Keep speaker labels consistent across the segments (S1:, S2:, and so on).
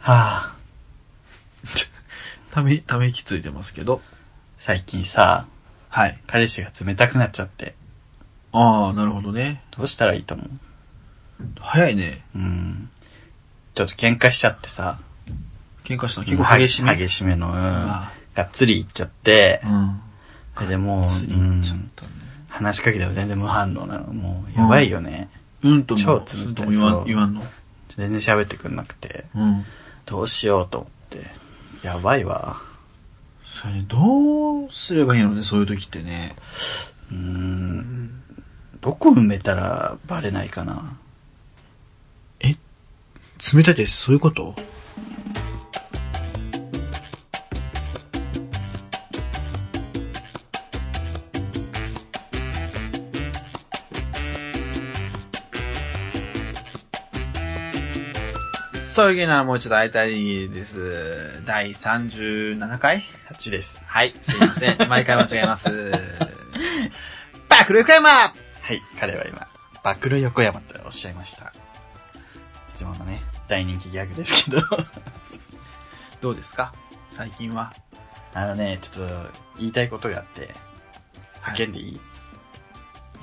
S1: ああ、
S2: ため、ため息ついてますけど。
S1: 最近さ、
S2: はい。
S1: 彼氏が冷たくなっちゃって、
S2: ああ、なるほどね。
S1: どうしたらいいと思う
S2: 早いね。
S1: うん。ちょっと喧嘩しちゃってさ、
S2: 喧嘩したの結構激しめ。
S1: 激しめの、うんが
S2: あ
S1: っつりいっちゃって
S2: う、ん。
S1: それでもう、
S2: つい行っちゃっ
S1: うん
S2: たね。
S1: 話しかけても全然無反応なの。もう、やばいよね。
S2: うんとも、
S1: 超冷たい
S2: すんとも言わ、
S1: そうん
S2: 言わんの。
S1: 全然喋ってくんなくて、
S2: うん。
S1: どうしようと思って。やばいわ。
S2: それね、どうすればいいのね、そういう時ってね。
S1: うん。どこ埋めたらバレないかな。
S2: 冷たいってそういうことそういう芸ならもう一度会いたいです。第37回
S1: 8です。
S2: はい、すいませ ん。毎回間違えます。バクルクヤマ
S1: はい、彼は今、暴露横山とおっしゃいました。いつものね、大人気ギャグですけど。
S2: どうですか最近は。
S1: あのね、ちょっと、言いたいことがあって、
S2: はい
S1: 叫んでいい、い、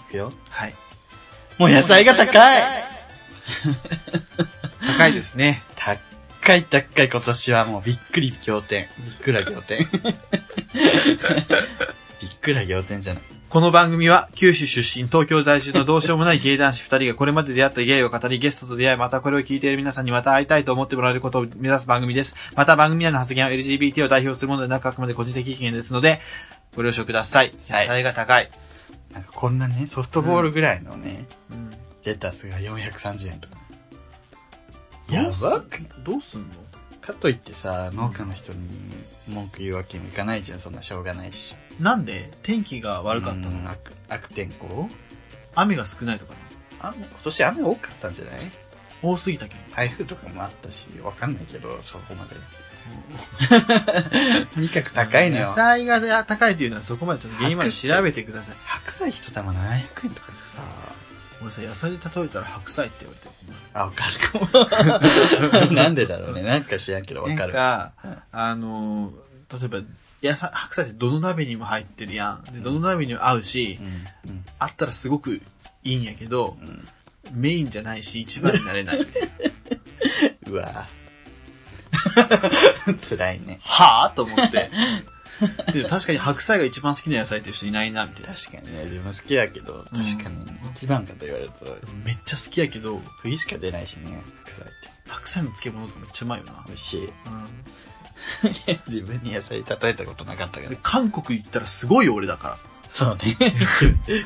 S1: くよ。
S2: はい。
S1: もう野菜が高い
S2: 高いですね。
S1: 高い高い今年はもうびっくり仰天。びっくら仰天。 びっくら仰天じゃない。
S2: この番組は九州出身、東京在住のどうしようもない芸男子二人がこれまで出会った芸を語り、ゲストと出会い、またこれを聞いている皆さんにまた会いたいと思ってもらえることを目指す番組です。また番組内の発言は LGBT を代表するものでなくあくまで個人的意見ですので、ご了承ください。野
S1: はい
S2: 菜が高い。
S1: なんかこんなね、ソフトボールぐらいのね、
S2: うん
S1: レタスが430円とか。
S2: どうすん
S1: やばくない
S2: どうすんの
S1: かといってさ、農家の人に文句言うわけにもいかないじゃん、そんなしょうがないし。
S2: なんで天気が悪かったの、
S1: うん悪悪天候
S2: 雨が少ないとかな
S1: 雨、今年雨多かったんじゃない
S2: 多すぎたけど。
S1: 台風とかもあったし、わかんないけど、そこまで。 とにかく高いのよ
S2: 野。菜が高いというのはそこまでちょっと原因まで
S1: 白菜
S2: 調べてください。
S1: 白菜一玉700円とかでさ、
S2: 俺さ、野菜で例えたら白菜って言われて
S1: あ、わかる かも。なんでだろうね。なんか知らんけどわ
S2: な
S1: か
S2: ん
S1: る。
S2: か、
S1: うん
S2: あのー、例えば、野菜、白菜ってどの鍋にも入ってるやん。で、どの鍋にも合うし
S1: う、ん。うん
S2: あったらすごくいいんやけど、
S1: うん
S2: メインじゃないし、一番になれ ないみたいな。
S1: う わ辛いね。
S2: はぁと 思って。でも確かに白菜が一番好きな野菜っていう人いないな、みたいな。
S1: 確かにね、自分好きやけど、
S2: うん
S1: 確かに一番かと言われると、
S2: めっちゃ好きやけど、
S1: 冬しか出ないしね、白菜って。
S2: 白菜の漬物とかめっちゃうまいよな
S1: 美。味しい。
S2: うん
S1: 自分に野菜例えたことなかったから
S2: で。韓国行ったらすごいよ俺だから
S1: そう ね。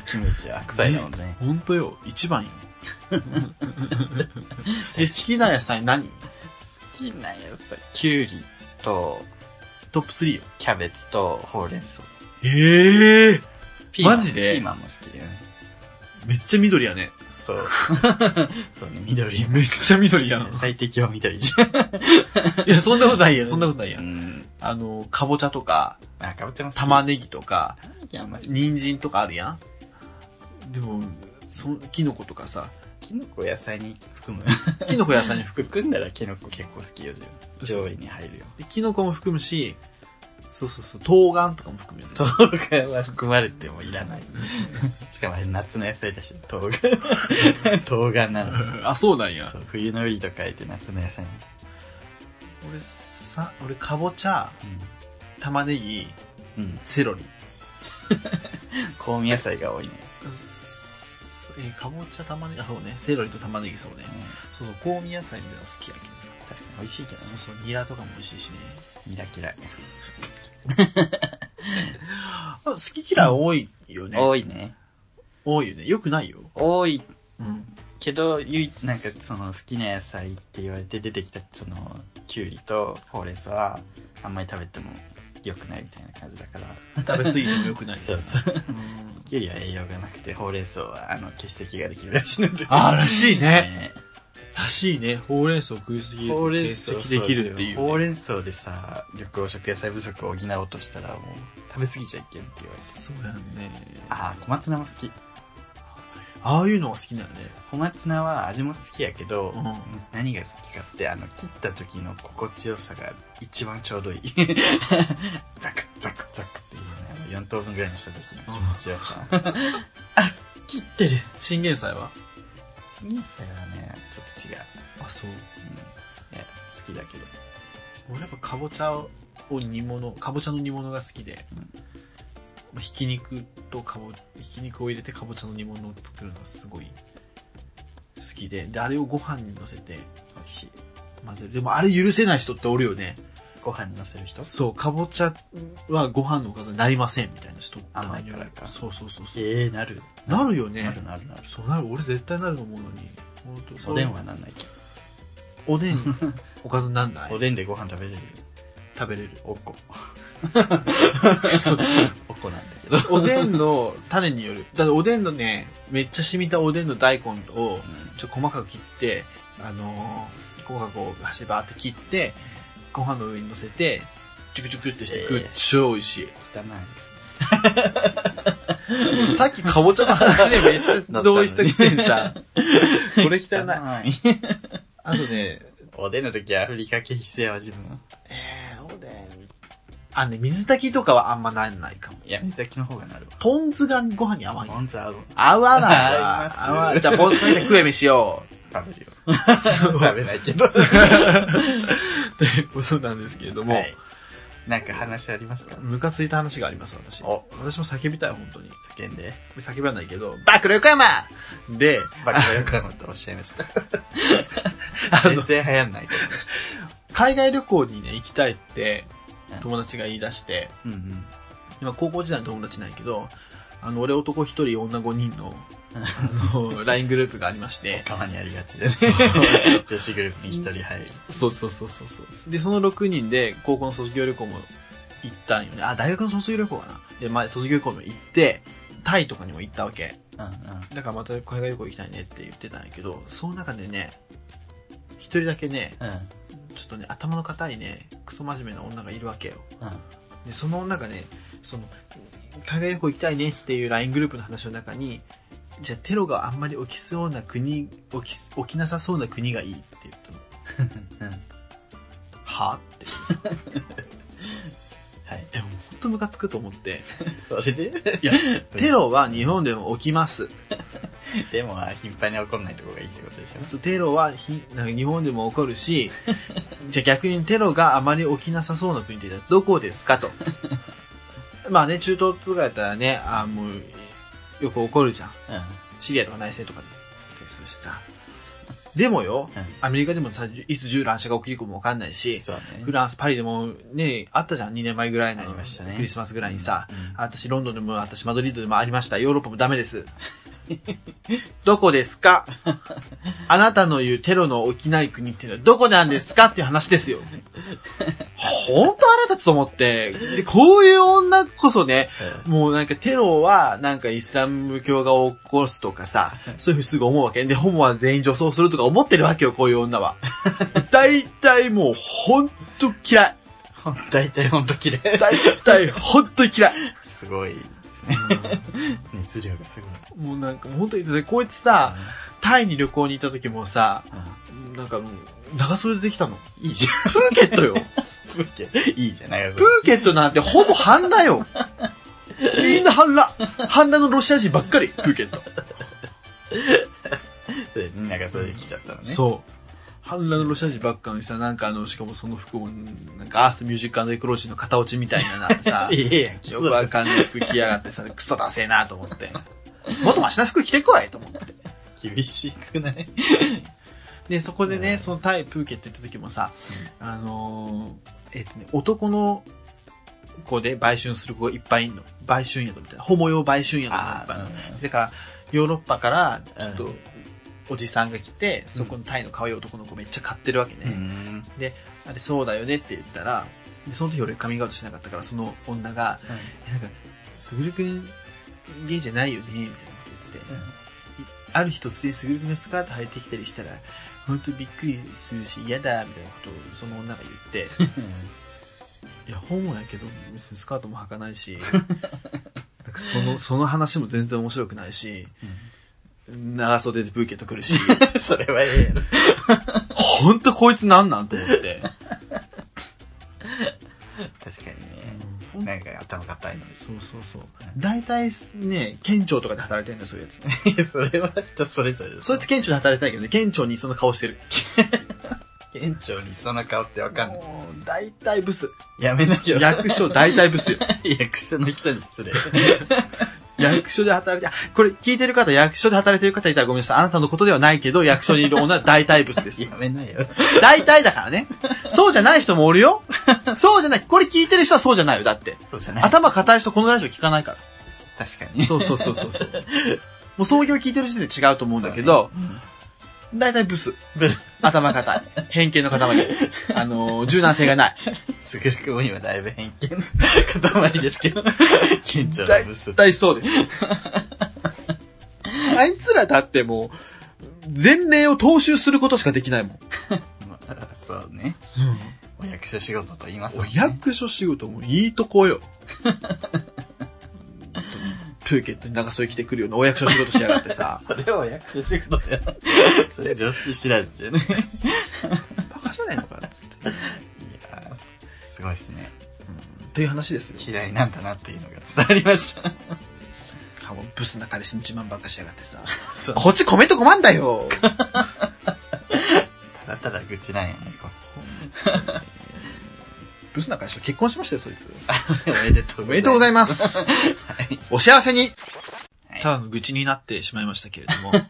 S1: キムチは白菜だもんね。
S2: ほんとよ一番よで好きな野菜何
S1: 好きな野菜。きゅうりと、
S2: トップ3よ
S1: キャベツと、ほうれん草。
S2: ええ
S1: ピーマン
S2: マジで
S1: ピーマンも好き。うん
S2: めっちゃ緑やね
S1: そう。そうね、緑。
S2: めっちゃ緑 やん
S1: 最適は緑じゃ
S2: いやそんなことないやそんなことないや
S1: ん。うん。
S2: あのかぼちゃとか
S1: あ、かぼちゃも好き。
S2: 玉ねぎとか
S1: 玉ねぎあんまり。
S2: 人参とかあるやんでもそキノコとかさ
S1: キノコ野菜に含む。
S2: キノコ野菜 に含
S1: 含んだらキノコ結構好きよ、自分。
S2: 嘘
S1: 上位に入るよ。
S2: むキノコも含むしそうそうそう冬瓜とかも含むよ
S1: 唐辛は含まれてもいら ない。しかもあれ夏の野菜だし、唐 辛。唐辛なの。
S2: あそうなんや
S1: そう冬のウリと書いて夏の野菜に。
S2: 俺さ俺かぼちゃ玉ねぎ
S1: うん。うん。
S2: セロリ
S1: 香味野菜が多いね。
S2: すえー、かぼちゃ玉ねぎあそうねセロリと玉ねぎそうね
S1: うん
S2: そうそう香味野菜みたいなの好きやけどさ
S1: 確かに美味しいけどね
S2: そう。そうニラとかも美味しいしね
S1: ニラ嫌い。
S2: あ好き嫌い多いよね、
S1: 多いね。
S2: 多いよねよくないよ
S1: 多い
S2: うん
S1: けど、ゆいなんかその好きな野菜って言われて出てきたそのきゅうりとほうれん草はあんまり食べても良くないみたいな感じだから。
S2: 食べ過ぎてもよくな い
S1: そうそう。
S2: うん
S1: きゅうりは栄養がなくてほうれん草はあの結石ができるらしいので。
S2: あーらしいね
S1: ね
S2: らしいねほうれん草食いすぎると
S1: ほうれん草
S2: 欠席できるっていうね、
S1: ほうれん草でさ緑黄色野菜不足を補おうとしたらもう食べ過ぎちゃいけんって言われて
S2: そうやんね
S1: ああ小松菜も好き
S2: ああいうのが好きなよね。
S1: 小松菜は味も好きやけど、
S2: うん
S1: 何が好きかってあの切った時の心地よさが一番ちょう どいいザクザクザクっていうね4等分ぐらいにした時の気持ちよさ あ切ってる
S2: チンゲン菜は
S1: ミンサイはねちょっと違う、
S2: あ、そう。
S1: うん、いや好きだけど
S2: 俺やっぱかぼちゃを煮物、かぼちゃの煮物が好きで、
S1: うん
S2: まあひき肉とかぼ、ひき肉を入れてかぼちゃの煮物を作るのがすごい好きで、で、あれをご飯に乗せて
S1: 美味しい
S2: 混ぜる。でもあれ許せない人っておるよね。
S1: ご飯にのせる人
S2: そう、かぼちゃはご飯のおかずになりませんみたいな人
S1: 甘いからか
S2: そうそうそうそう。
S1: ええなる
S2: なるよ
S1: な
S2: ね
S1: る。なるなる
S2: そうなる、俺絶対なると思うのに。本当そう
S1: おでんはなんないけど
S2: おでん、おかずになんない
S1: おでんでご飯食べれる
S2: 食べれる。
S1: おこ
S2: 嘘でしょ
S1: おこなんだけどうん
S2: おでんの種による。だっておでんのね、めっちゃ染みたおでんの大根を、ちょっと細かく切って、あのー、細かくこう端バーって切って、ご飯の上に乗せて、チュクチュクってして食う。
S1: ええ
S2: 超美味し
S1: 汚い
S2: い。さっきかぼちゃの話でめっちゃ同意したくせにさ、これ汚 い。
S1: い
S2: あとね、
S1: おでんの時はふりかけ必要は自分
S2: えー、おでん。あのね、水炊きとかはあんまなんないかも。
S1: いや水炊きの方がなるわ
S2: ポン酢がご飯に合わない。
S1: ポン酢合う
S2: 合わな
S1: 合
S2: い
S1: います
S2: わ。合わないじゃあポン酢で食え飯よう。
S1: 食べるよ
S2: そう
S1: 食べないけど
S2: そうということなんですけれども、
S1: はいなんか話ありますか
S2: ムカついた話があります、私。
S1: お
S2: 私も叫びたい、本当に。
S1: 叫んで
S2: 叫ばないけど、バックル横山で、
S1: バカよくなっておっしゃいました
S2: あ
S1: 全
S2: の、
S1: 然流行んないけど
S2: 海外旅行にね、行きたいって
S1: うん、
S2: 友達が言い出して、
S1: うんうん
S2: 今高校時代の友達なんやけど、あの、俺男一人、女五人の、あ の、LINE グループがありまして、
S1: たまにありがちです
S2: そう
S1: 女子グループに一人入る
S2: そうそうそうそうそう。で、その6人で高校の卒業旅行も行ったんよね。あ、大学の卒業旅行かな。で、まあ、卒業旅行も行って、タイとかにも行ったわけ。
S1: うんうん
S2: だからまた海外旅行行きたいねって言ってたんやけど、その中でね、一人だけね、
S1: うん
S2: ちょっとね、頭の硬いね、クソ真面目な女がいるわけよ。
S1: うん
S2: で、その女がね、その、海外旅行行きたいねっていう LINE グループの話の中に、じゃあテロがあんまり起きそうな国、起きす、起きなさそうな国がいいって言ったの。
S1: うん
S2: はって言うんですよ
S1: はい
S2: え、もうほんとムカつくと思って。
S1: それで
S2: いや、テロは日本でも起きます。
S1: でも頻繁に起こらないとこがいいってことでしょ
S2: そうテロはひなんか日本でも起こる し、じゃあ逆にテロがあまり起きなさそうな国ってどこです かと。まあね、中東とかやったらね、あもう、よく起こるじゃん。
S1: うん
S2: シリアとか内戦とかで。そうしさ。でもよ、
S1: うん
S2: アメリカでもさ、いつ銃乱射が起きるかもわかんないし、
S1: そうね
S2: フランス、パリでもね、あったじゃん。2年前ぐらいの
S1: ありましたね
S2: クリスマスぐらいにさ、
S1: うん
S2: あ私、ロンドンでも、私、マドリードでもありました。ヨーロッパもダメです。 どこです かあなたの言うテロの起きない国っていうのはどこなんですかっていう話ですよ。本当腹立つと思って。で、こういう女こそね、もうなんかテロはなんかイスラム教が起こすとかさ、そういうふうにすぐ思うわけ。で、ホモは全員女装するとか思ってるわけよ、こういう 女は。大体もうほんと嫌い。
S1: うん大体ほんと綺麗
S2: 大体ほんと嫌い。
S1: すごいです ね熱量がすごい
S2: もうなんか本当に、でこいつさ、タイに旅行に行った時もさ、
S1: う
S2: なんかもう、長袖できたの。
S1: んいいじゃん
S2: プーケットよ。
S1: プーケットいいじゃん長
S2: プーケットなんてほぼ半裸よ。みんな半裸。半裸のロシア人ばっかり、プーケット。
S1: 袖で長袖で来ちゃったのね
S2: そう。半裸のロシア人ばっかのさ、なんかあの、しかもその服も、なんかアースミュージックエクロージーの片落ちみたいななさ、
S1: いいやん
S2: よくわかんない服着やがってさ、クソだせえなと思って。もっとマシな服着てこいと思って。
S1: 厳しくない
S2: で、そこでね、
S1: うん
S2: そのタイ、プーケット行った時もさ、あのーえっ、とね、男の子で売春する子がいっぱいいんの。売春宿みたいな。ホモ用売春宿がいっぱいいんの。だから、ヨーロッパから、ちょっと、おじさんが来て、そこのタイの可愛い男の子めっちゃ買ってるわけね。
S1: うん
S2: あれ、そうだよねって言ったら、でその時俺カミングアウトしなかったから、その女が、えなんか、すぐるくん、ゲイじゃないよね、みたいなこと言って、ある日突然すぐるくんがスカート履いてきたりしたら、本当びっくりするし、嫌だ、みたいなことをその女が言 って、いや、ホモやけど、別にスカートも履か ないし、なんかその、その話も全然面白くないし、長袖でブーケット来るし、
S1: それはええや
S2: ほんとこいつなんなんと思って。
S1: ろ確かにね。なんか頭固いの
S2: そうそうそう。大体ね、県庁とかで働いてるんだよ、そういう
S1: に。
S2: やつ。
S1: それは人それぞれだ
S2: そいつ県庁で働いてないけどね、県庁にその顔してる。
S1: 県庁にその顔ってわかんない。
S2: もう大体ブス。
S1: やめなきゃ。
S2: 役所大体ブ スよ。
S1: 役所の人に失礼。
S2: 役所で働いて、あこれ聞いてる方、役所で働いてる方いたらごめんなさい。あなたのことではないけど、役所にいる女は大体ブスです。
S1: やめなよ。
S2: 大体だからね。そうじゃない人もおる よ。そうじゃない。これ聞いてる人はそうじゃないよ。だって。
S1: そうじゃない。
S2: 頭固い人このラジオ聞かないか
S1: 確かに
S2: ら。。そうそうそうそう そう。もう創業聞いてる時点で違うと思うんだけど、大体ブス。
S1: ブ
S2: 頭固い。偏見の塊。あのー柔軟性がない。
S1: すぐるくんも今だいぶ偏見の塊です けど、県庁のブス
S2: 絶。対そう です。あいつらだってもう、前例を踏襲することしかできないもん。
S1: まあそうね。お役所仕事と言います
S2: お
S1: もんね。。
S2: 役所仕事もいいとこ よ。プーケットに長袖着てくるようなお役所仕事しやがってさ
S1: それはお役所仕事じゃない。 それは常識知らずじ ゃない。いや
S2: バカじゃないのかなっつって。っ
S1: ーすごいですね。
S2: ていう話ですよ。
S1: 嫌いなんだなっていうのが伝わりました。
S2: かもブスな彼氏に自慢ばっかしやがってさ。
S1: そう
S2: こっちコメント困んだよ
S1: ただただ愚痴なんやね、こ
S2: ブスな彼氏と結婚しましたよ、そいつ。
S1: れ おめでとう
S2: おめでとうござい
S1: ま
S2: ます。お幸せにただの愚痴になってしまいましたけれども。
S1: す。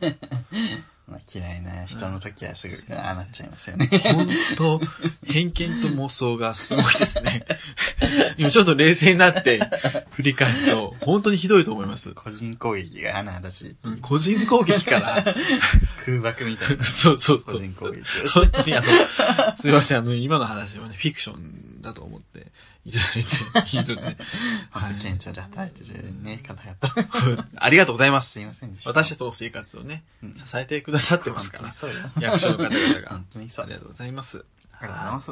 S1: まあ嫌いな人の時はすぐ、ああなっちゃいますよね。
S2: 本当偏見と妄想がすごいですね。 今ちょっと冷静になって振り返ると、本当にひどいと思います。
S1: 個人攻撃が穴だしい。
S2: うん個人攻撃から、
S1: 空爆みたいな
S2: そうそうそ
S1: 個
S2: う。
S1: 人攻撃をして。
S2: 本当にあの、すいません、あの、今の話はね、フィクションだと思っていただいて、ひどいね。はい
S1: 本当県庁で働いてるね、方々。
S2: ありがとうございますす
S1: い。ませんでした。
S2: 私たちの生活をね、
S1: うん
S2: 支えてくださってますから
S1: 本当に。そうよ。
S2: 役所の方々が
S1: 本。当にそ
S2: あ
S1: う。あ
S2: り
S1: り
S2: がとうございます。
S1: がとうございます。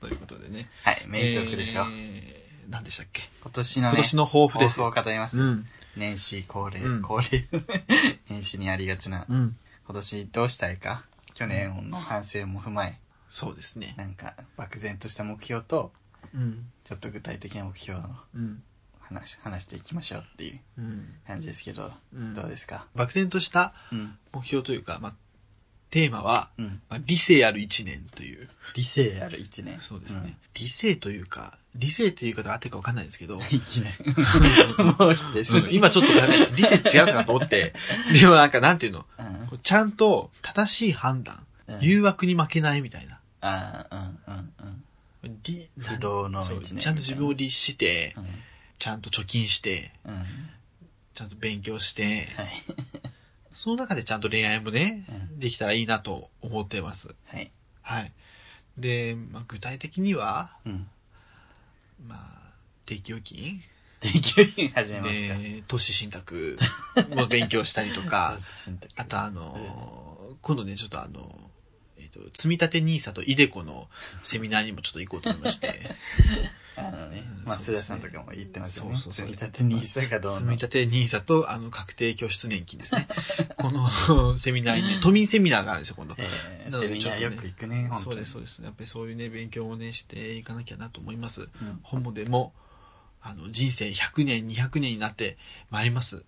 S2: ということでね。
S1: はい、メイントークですよ。
S2: えー何でしたっけ
S1: 今年のね、
S2: 今年の抱負です
S1: 抱
S2: よ。
S1: 負を語ります。
S2: うん。
S1: 年始恒例、
S2: うん
S1: 恒例。 年始にありがちな。
S2: うん。
S1: 今年どうしたいか去年の反省も踏まえ、
S2: そうですね。
S1: なんか漠然とした目標と、
S2: うん。
S1: ちょっと具体的な目標を
S2: うん。
S1: 話話していきましょうっていう
S2: うん。
S1: 感じですけど、
S2: うん
S1: どうですか
S2: 漠然とした
S1: うん。
S2: 目標というか、まあ、テーマは、
S1: うん。
S2: まあ、理性ある一年という。
S1: 理性ある一年。
S2: そうですね。理性というか、理性という方合ってるかわかんないですけ ど、
S1: うん。いきなり。もう一つ。
S2: うん今ちょっとね理性違うかなと思って、でもなんかなんていうの、
S1: うん、
S2: こうちゃんと正しい判断、
S1: うん。
S2: 誘惑に負けないみたいな。
S1: ああ、うんうんうん。
S2: 理
S1: 不動の一
S2: そう
S1: 年みたいな。
S2: ちゃんと自分を律して
S1: う、ん。
S2: ちゃんと貯金して、
S1: うん。
S2: ちゃんと勉強して、
S1: はい。
S2: その中でちゃんと恋愛もね
S1: う、ん
S2: できたらいいなと思ってます。
S1: はい。
S2: はい。で、まあ、具体的には、
S1: うん。
S2: まあ、定期預金
S1: で、急に始めますか。
S2: で、投資信託も勉強したりとか
S1: 投、資信託
S2: あとあのー、今度ね、ちょっとあの、えっ、と、積み立て NISA とイデコのセミナーにもちょっと行こうと思いまして、
S1: あのね
S2: うん、
S1: まあ、
S2: そう
S1: 須田
S2: ですね
S1: さんとかも言ってますよね。
S2: そうそうそう
S1: 積み立て NISA がどう
S2: 積
S1: の
S2: み立て NISA とあの、確定拠出年金ですね。この セミナーにね、都民セミナーがあるんですよ、今度。
S1: えー
S2: なの
S1: セ
S2: で
S1: ミ
S2: ちょ
S1: ナ
S2: っ
S1: ー
S2: とね
S1: よく行くね、本当
S2: そう
S1: に
S2: です、そうです。やっぱりそういうね、勉強をね、していかなきゃなと思います。
S1: うん
S2: 本もでも、あの、人生100年、200年になってまいります。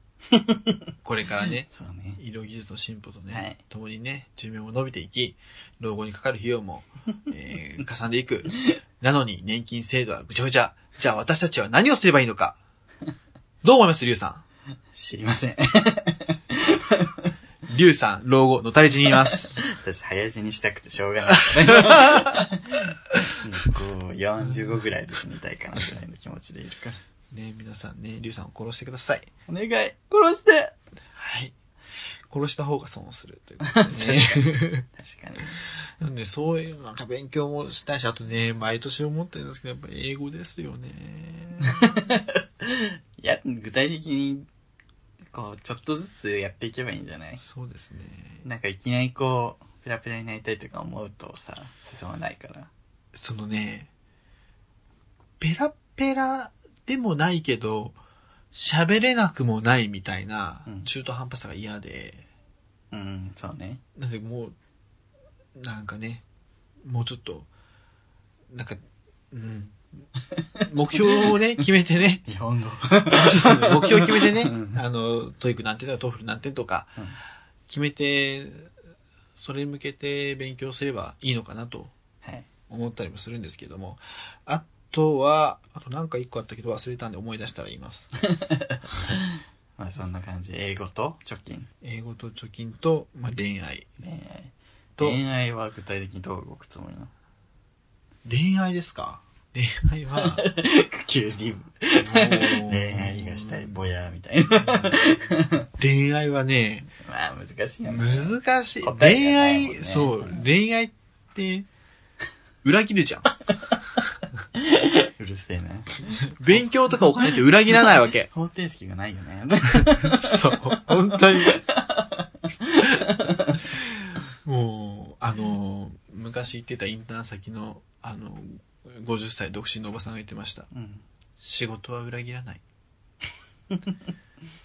S2: これからね、
S1: そうね。
S2: 医療技術の進歩とね、
S1: はい
S2: 共にね、寿命も伸びていき、老後にかかる費 用も、えー、かさんでいく。なのに、年金制度はぐちゃぐちゃ。じゃあ私たちは何をすればいいのかどう思います、リュウさ
S1: 知りません。
S2: ん。リュウさん、老後、のたれ死にい ます。
S1: 私、早死にしたくてしょうがない。こう、45ぐらいで死にたいかなぐらいの気持ちでいるから。
S2: ね、皆さんね、リュウさんを殺してください。
S1: お願い殺して
S2: はい。殺した方が損をするということですね。
S1: 確かに。
S2: なんで、そういう、なんか勉強もしたいし、あとね、毎年思ってるんですけど、やっぱ英語ですよね。
S1: いや、具体的に、こう、ちょっとずつやっていけばいいんじゃない
S2: そうですね。
S1: なんかいきなりこう、ペラペラになりたいとか思うとさ、進まないから。
S2: そのね、ペラペラでもないけど、喋れなくもないみたいな
S1: うん、
S2: 中途半端さが嫌で、
S1: うん、そうね。
S2: なんでもう、なんかね、もうちょっと、なんか、 うん。目標をね、決めてね、
S1: 日 本語。
S2: ちょっとね目標を決めてね
S1: う、ん
S2: あの、トイック何点だ、トーフル何点とか
S1: うん、
S2: 決めて、それに向けて勉強すればいいのかなと
S1: はい。
S2: 思ったりもするんですけども、あとは、あとなんか一個あったけど忘れたんで思い出したら言います。
S1: まあそんな感じ。英語と貯金。
S2: 英語と貯金と、まあ、恋愛
S1: 恋愛。
S2: と、
S1: 恋愛は具体的にどう動くつもりなの
S2: 恋愛ですか恋愛は、
S1: 急に
S2: もう
S1: 恋愛がしたい、ぼやーみたいな。
S2: 恋愛はね、
S1: まあ難しいよね。
S2: 難しい。
S1: 答え
S2: 恋
S1: がないもんね
S2: 愛、そう、恋愛って、裏切るじゃん。
S1: うるせえな。。
S2: 勉強とかお金って裏切らないわけ
S1: 方程式がないよね。
S2: そう、本当に。もう、あの、昔言ってたインターン先の、あの、50歳独身のおばさんが言ってました。
S1: うん。
S2: 仕事は裏切ら ない。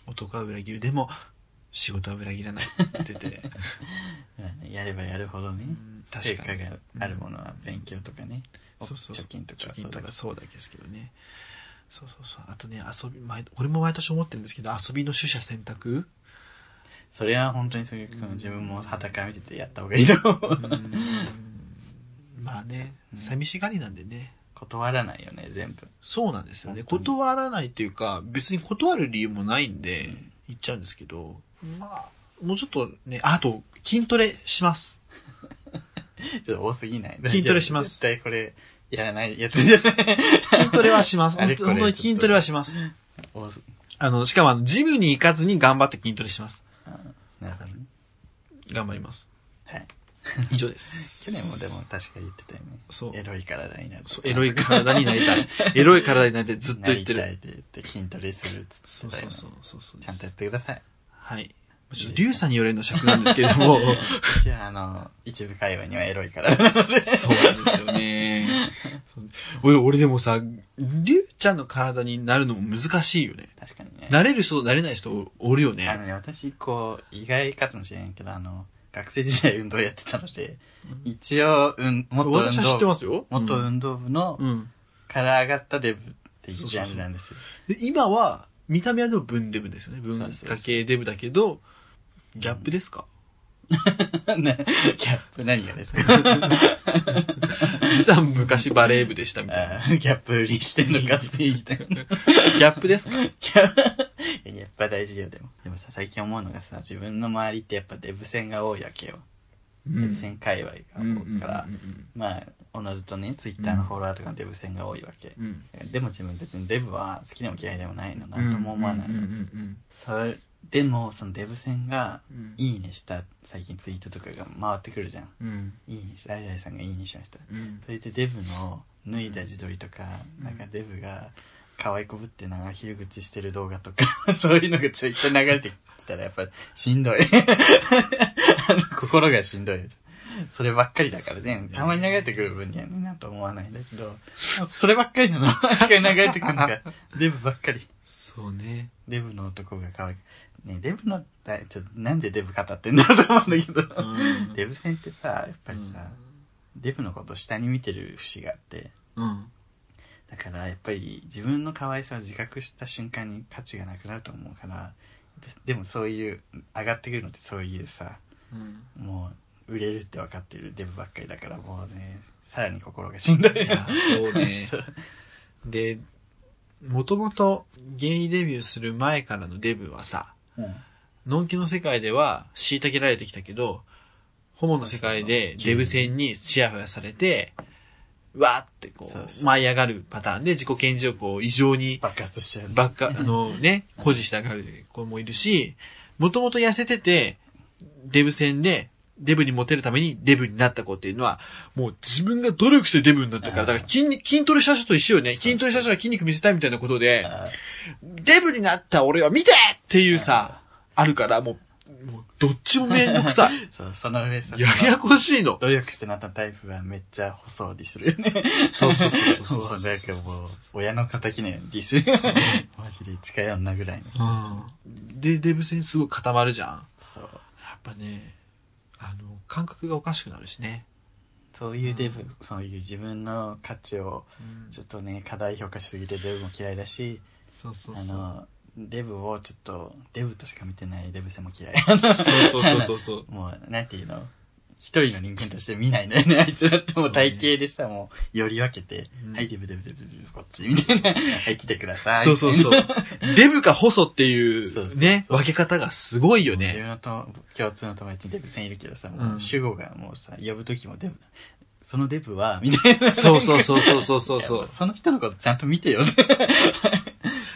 S2: 男は裏切る。でも、仕事は裏切らない。って言ってて。
S1: やればやるほどね
S2: う。ん
S1: 成
S2: 確か
S1: 果
S2: に。
S1: があるものは勉強とかね。
S2: そうそうそう
S1: 貯金とかそ
S2: 貯金
S1: うだ
S2: とか
S1: し
S2: そうだけですけどね。そうそうそう。あとね、遊び、毎俺も毎年思ってるんですけど、遊びの取捨選択
S1: それは本当にそういう、自分も傍から見ててやった方がいいと思
S2: う
S1: う。
S2: ーん。まあね、
S1: うん
S2: 寂しがりなんでね。
S1: 断らないよね、全部。
S2: そうなんですよね。
S1: 本当に
S2: 断らないっていうか、別に断る理由もないんで
S1: うん、
S2: 言っちゃうんですけど、まあ、もうちょっとね、ああと、筋トレします。
S1: ちょっと多すぎない。
S2: 筋トレします
S1: 絶対これ、やらないやつじゃ ない。
S2: 筋トレはします。
S1: あ
S2: 本
S1: れこれ
S2: 当に筋トレはします。
S1: 多す
S2: あの、しかもあの、ジムに行かずに頑張って筋トレします。
S1: あなるほどね。
S2: 頑張ります。
S1: はい。
S2: 以上です。
S1: 去年もでも確か言ってたよね。
S2: そう
S1: エロい体になる。
S2: そうエロ い体になりた い。エロい体になりたい。ずっと言って
S1: な
S2: る。
S1: りたいって言って筋トレするっつ
S2: そ
S1: っ
S2: う
S1: てた
S2: そ
S1: よ
S2: う
S1: ね
S2: そうそうそう。
S1: ちゃんとやってください。
S2: はい。ちょっと、リュウさんによれの尺なんですけれど も、
S1: 私はあの、一部界隈にはエロい 体なので。
S2: そうなんですよね。そう俺、俺でもさ、リュウちゃんの体になるのも難しいよね。
S1: 確かにね。
S2: なれる人、なれない人おおるよ
S1: あ
S2: ね。
S1: のね、私、こう、意外かもしれんけど、あの、学生時代運動やってたので、一応、うん、もっと運動
S2: 私は知ってますよ。
S1: 元
S2: うん
S1: 運動部の
S2: うん。
S1: から上がったデブっていうジャンルなんですよ。
S2: で今は、見た目はでも文デブですよね。文
S1: そう
S2: 化
S1: そうそう
S2: 系デブだけど、ギャップですか、
S1: ねギャップ何がですか
S2: 実は昔バレー部でしたみたいな。
S1: あーギャップ売りしてんのかって言いたい。
S2: ギャップです か
S1: ギャップいややっぱ大事よ、でも。でもさ、最近思うのがさ、自分の周りってやっぱデブ戦が多いわけよ。デブ戦界隈が多いから、まあ、おのずとね、ツイッターのフォロワーとかのデブ戦が多いわけ。でも自分別にデブは好きでも嫌いでもないの、なんとも思わない。それでも、そのデブ戦が、いいねした最近ツイートとかが回ってくるじゃん。いいねした、誰々さんがいいねしました。それでデブの脱いだ自撮りとか、
S2: うん
S1: なんかデブが可愛いこぶって長ひげ口してる動画とか、 そういうのがちょいちょい流れてきたらやっぱしんどい。 あの心がしんどい。そればっかりだからね、たまに流れてくる分にはね、なんと思わないんだけど、そればっかりなの。毎回流れてくるの が、デブばっかり。
S2: そうね。
S1: デブの男が可愛い。ねデブの、だちょっとなんでデブ語ってんだろうと思うんだけど、
S2: うん
S1: デブ戦ってさ、やっぱりさ、デブのことを下に見てる節があって、
S2: うん。
S1: だからやっぱり自分の可愛さを自覚した瞬間に価値がなくなると思うから、ででもそういう、上がってくるのってそういうさ、
S2: うん。
S1: もう売れるって分かってるデブばっかりだからもうね、さらに心がしんどい。。
S2: いや、そう ね
S1: そう
S2: で、もともとゲイデビューする前からのデブはさ、
S1: うん
S2: のんきの世界では虐げられてきたけど、ホモの世界でデブ戦にチヤホヤされて、わーってこ
S1: そうそう
S2: う、舞い上がるパターンで自己顕示欲を異常に
S1: 爆発しちゃう。
S2: ばっか、あのね、孤児したがる子もいるし、もともと痩せてて、デブ戦で、デブにモテるためにデブになった子っていうのは、もう自分が努力してデブになったから、だから筋肉筋トレした人と一緒よね。
S1: そうそう
S2: 筋トレした人が筋肉見せたいみたいなことで、
S1: あ
S2: デブになった俺は見てっていうさ、あるから、もう、もうどっちもめんどくさい。
S1: そう、その上さ、
S2: や
S1: その
S2: やこしいの。
S1: 努力してなったタイプはめっちゃ細をディスるよね。
S2: そうそうそうそ
S1: も
S2: うそう
S1: うなんかもう、親の敵のようにディスる。マジで近い女ぐらいの。
S2: うんで、デブ戦すごい固まるじゃん。
S1: そう。
S2: あやっぱね、あの、感覚がおかしくなるしね。
S1: そういうデ
S2: う
S1: ブ
S2: ん、
S1: そういう自分の価値を、ちょっとね、過大評価しすぎてデブも嫌いだし、
S2: そうそう
S1: あ
S2: そう。
S1: の、デブをちょっと、デブとしか見てないデブさも 嫌い。
S2: そうそうそうそう。
S1: もう、なんていうの一人の人間として見ないのよね。あいつらってもう体型でさ、もう、より分けて、
S2: うん
S1: はい、デブデブデブデブ、こっち、みた いな。はい、来てください。
S2: そうそう
S1: みたい
S2: そう。デブか細ってい
S1: そうそう
S2: う
S1: そう
S2: ね、分け方がすごいよ
S1: な。自
S2: ね。
S1: 分のと共通の友達にデブさんいるけどさ、もううん主語がもうさ、呼ぶときもデブ。そのデブは、みたいな。
S2: そうそうそうそうそうそう
S1: い
S2: そ
S1: や
S2: う。
S1: その人のことちゃんと見てよね。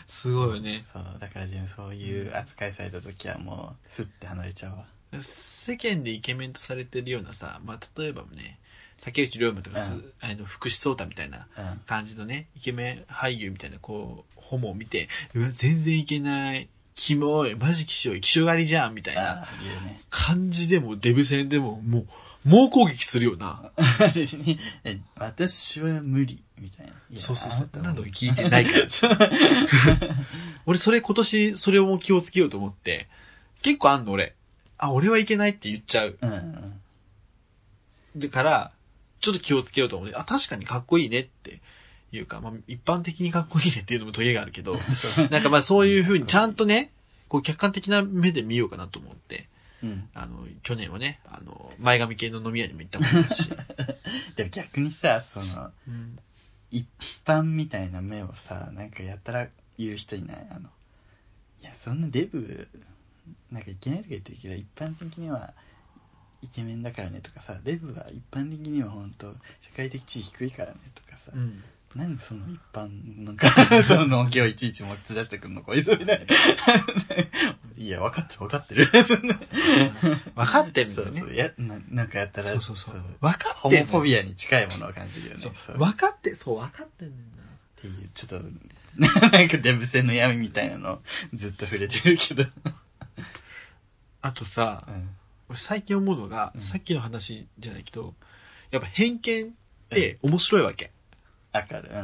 S2: すごいよね。
S1: そう、だから自分そういう扱いされたときはもう、スッて離れちゃうわ。
S2: 世間でイケメンとされてるようなさ、まあ、例えばね、竹内涼真とかす、
S1: う
S2: あの福士蒼太みたいな
S1: うん。
S2: 感じのね、イケメン俳優みたいな、こう、ホモを見て、うわ、全然いけない、キモい、マジ気象い、気象狩りじゃん、みたい
S1: あ
S2: な
S1: あ、言うね。
S2: 感じでも、デブ戦でも、もう、猛攻撃するような。
S1: 別にえ私は無理、みたいな。いや
S2: そうそうそう。
S1: あ
S2: な
S1: た
S2: ん
S1: も
S2: だ聞いてない から。俺、それ今年、それを気をつけようと思って、結構あんの、俺。あ、俺はいけないって言っちゃう。
S1: うんうん。
S2: だから、ちょっと気をつけようと思って、あ、確かにかっこいいねっていうか、まあ、一般的にかっこいいねっていうのもトゲがあるけど、
S1: そう。
S2: なんかまあそういうふうにちゃんとね、こう客観的な目で見ようかなと思って、
S1: うん。
S2: あの、去年はね、あの、前髪系の飲み屋にも行ったことです し、
S1: でも逆にさ、その、
S2: うん
S1: 一般みたいな目をさ、なんかやたら言う人いないあの、いや、そんなデブ、なんかいけないとか言ってるけど、一般的には、イケメンだからねとかさ、デブは一般的には本当社会的地位低いからねとかさ、
S2: うん
S1: 何その一般なんか その農業いちいち持ち出してくんのこいつみたいないや分かってる分かってるそんな
S2: 分かってるんだ
S1: そ
S2: よ
S1: う
S2: ね
S1: そう。やななんかやったら
S2: そうそうそう
S1: 分
S2: 分か
S1: ホ
S2: ってん
S1: モフ
S2: の
S1: ォビアに近いものを感じるよね
S2: そう
S1: そうっ
S2: 分かって、そう、分かってんだよな。
S1: ていうちょっと なんかデブ戦の闇みたいなのずっと触れてるけど、
S2: あとさ、俺最近思うのが、
S1: うん
S2: さっきの話じゃないけど、やっぱ偏見って面白いわけ。
S1: わかるうんうんう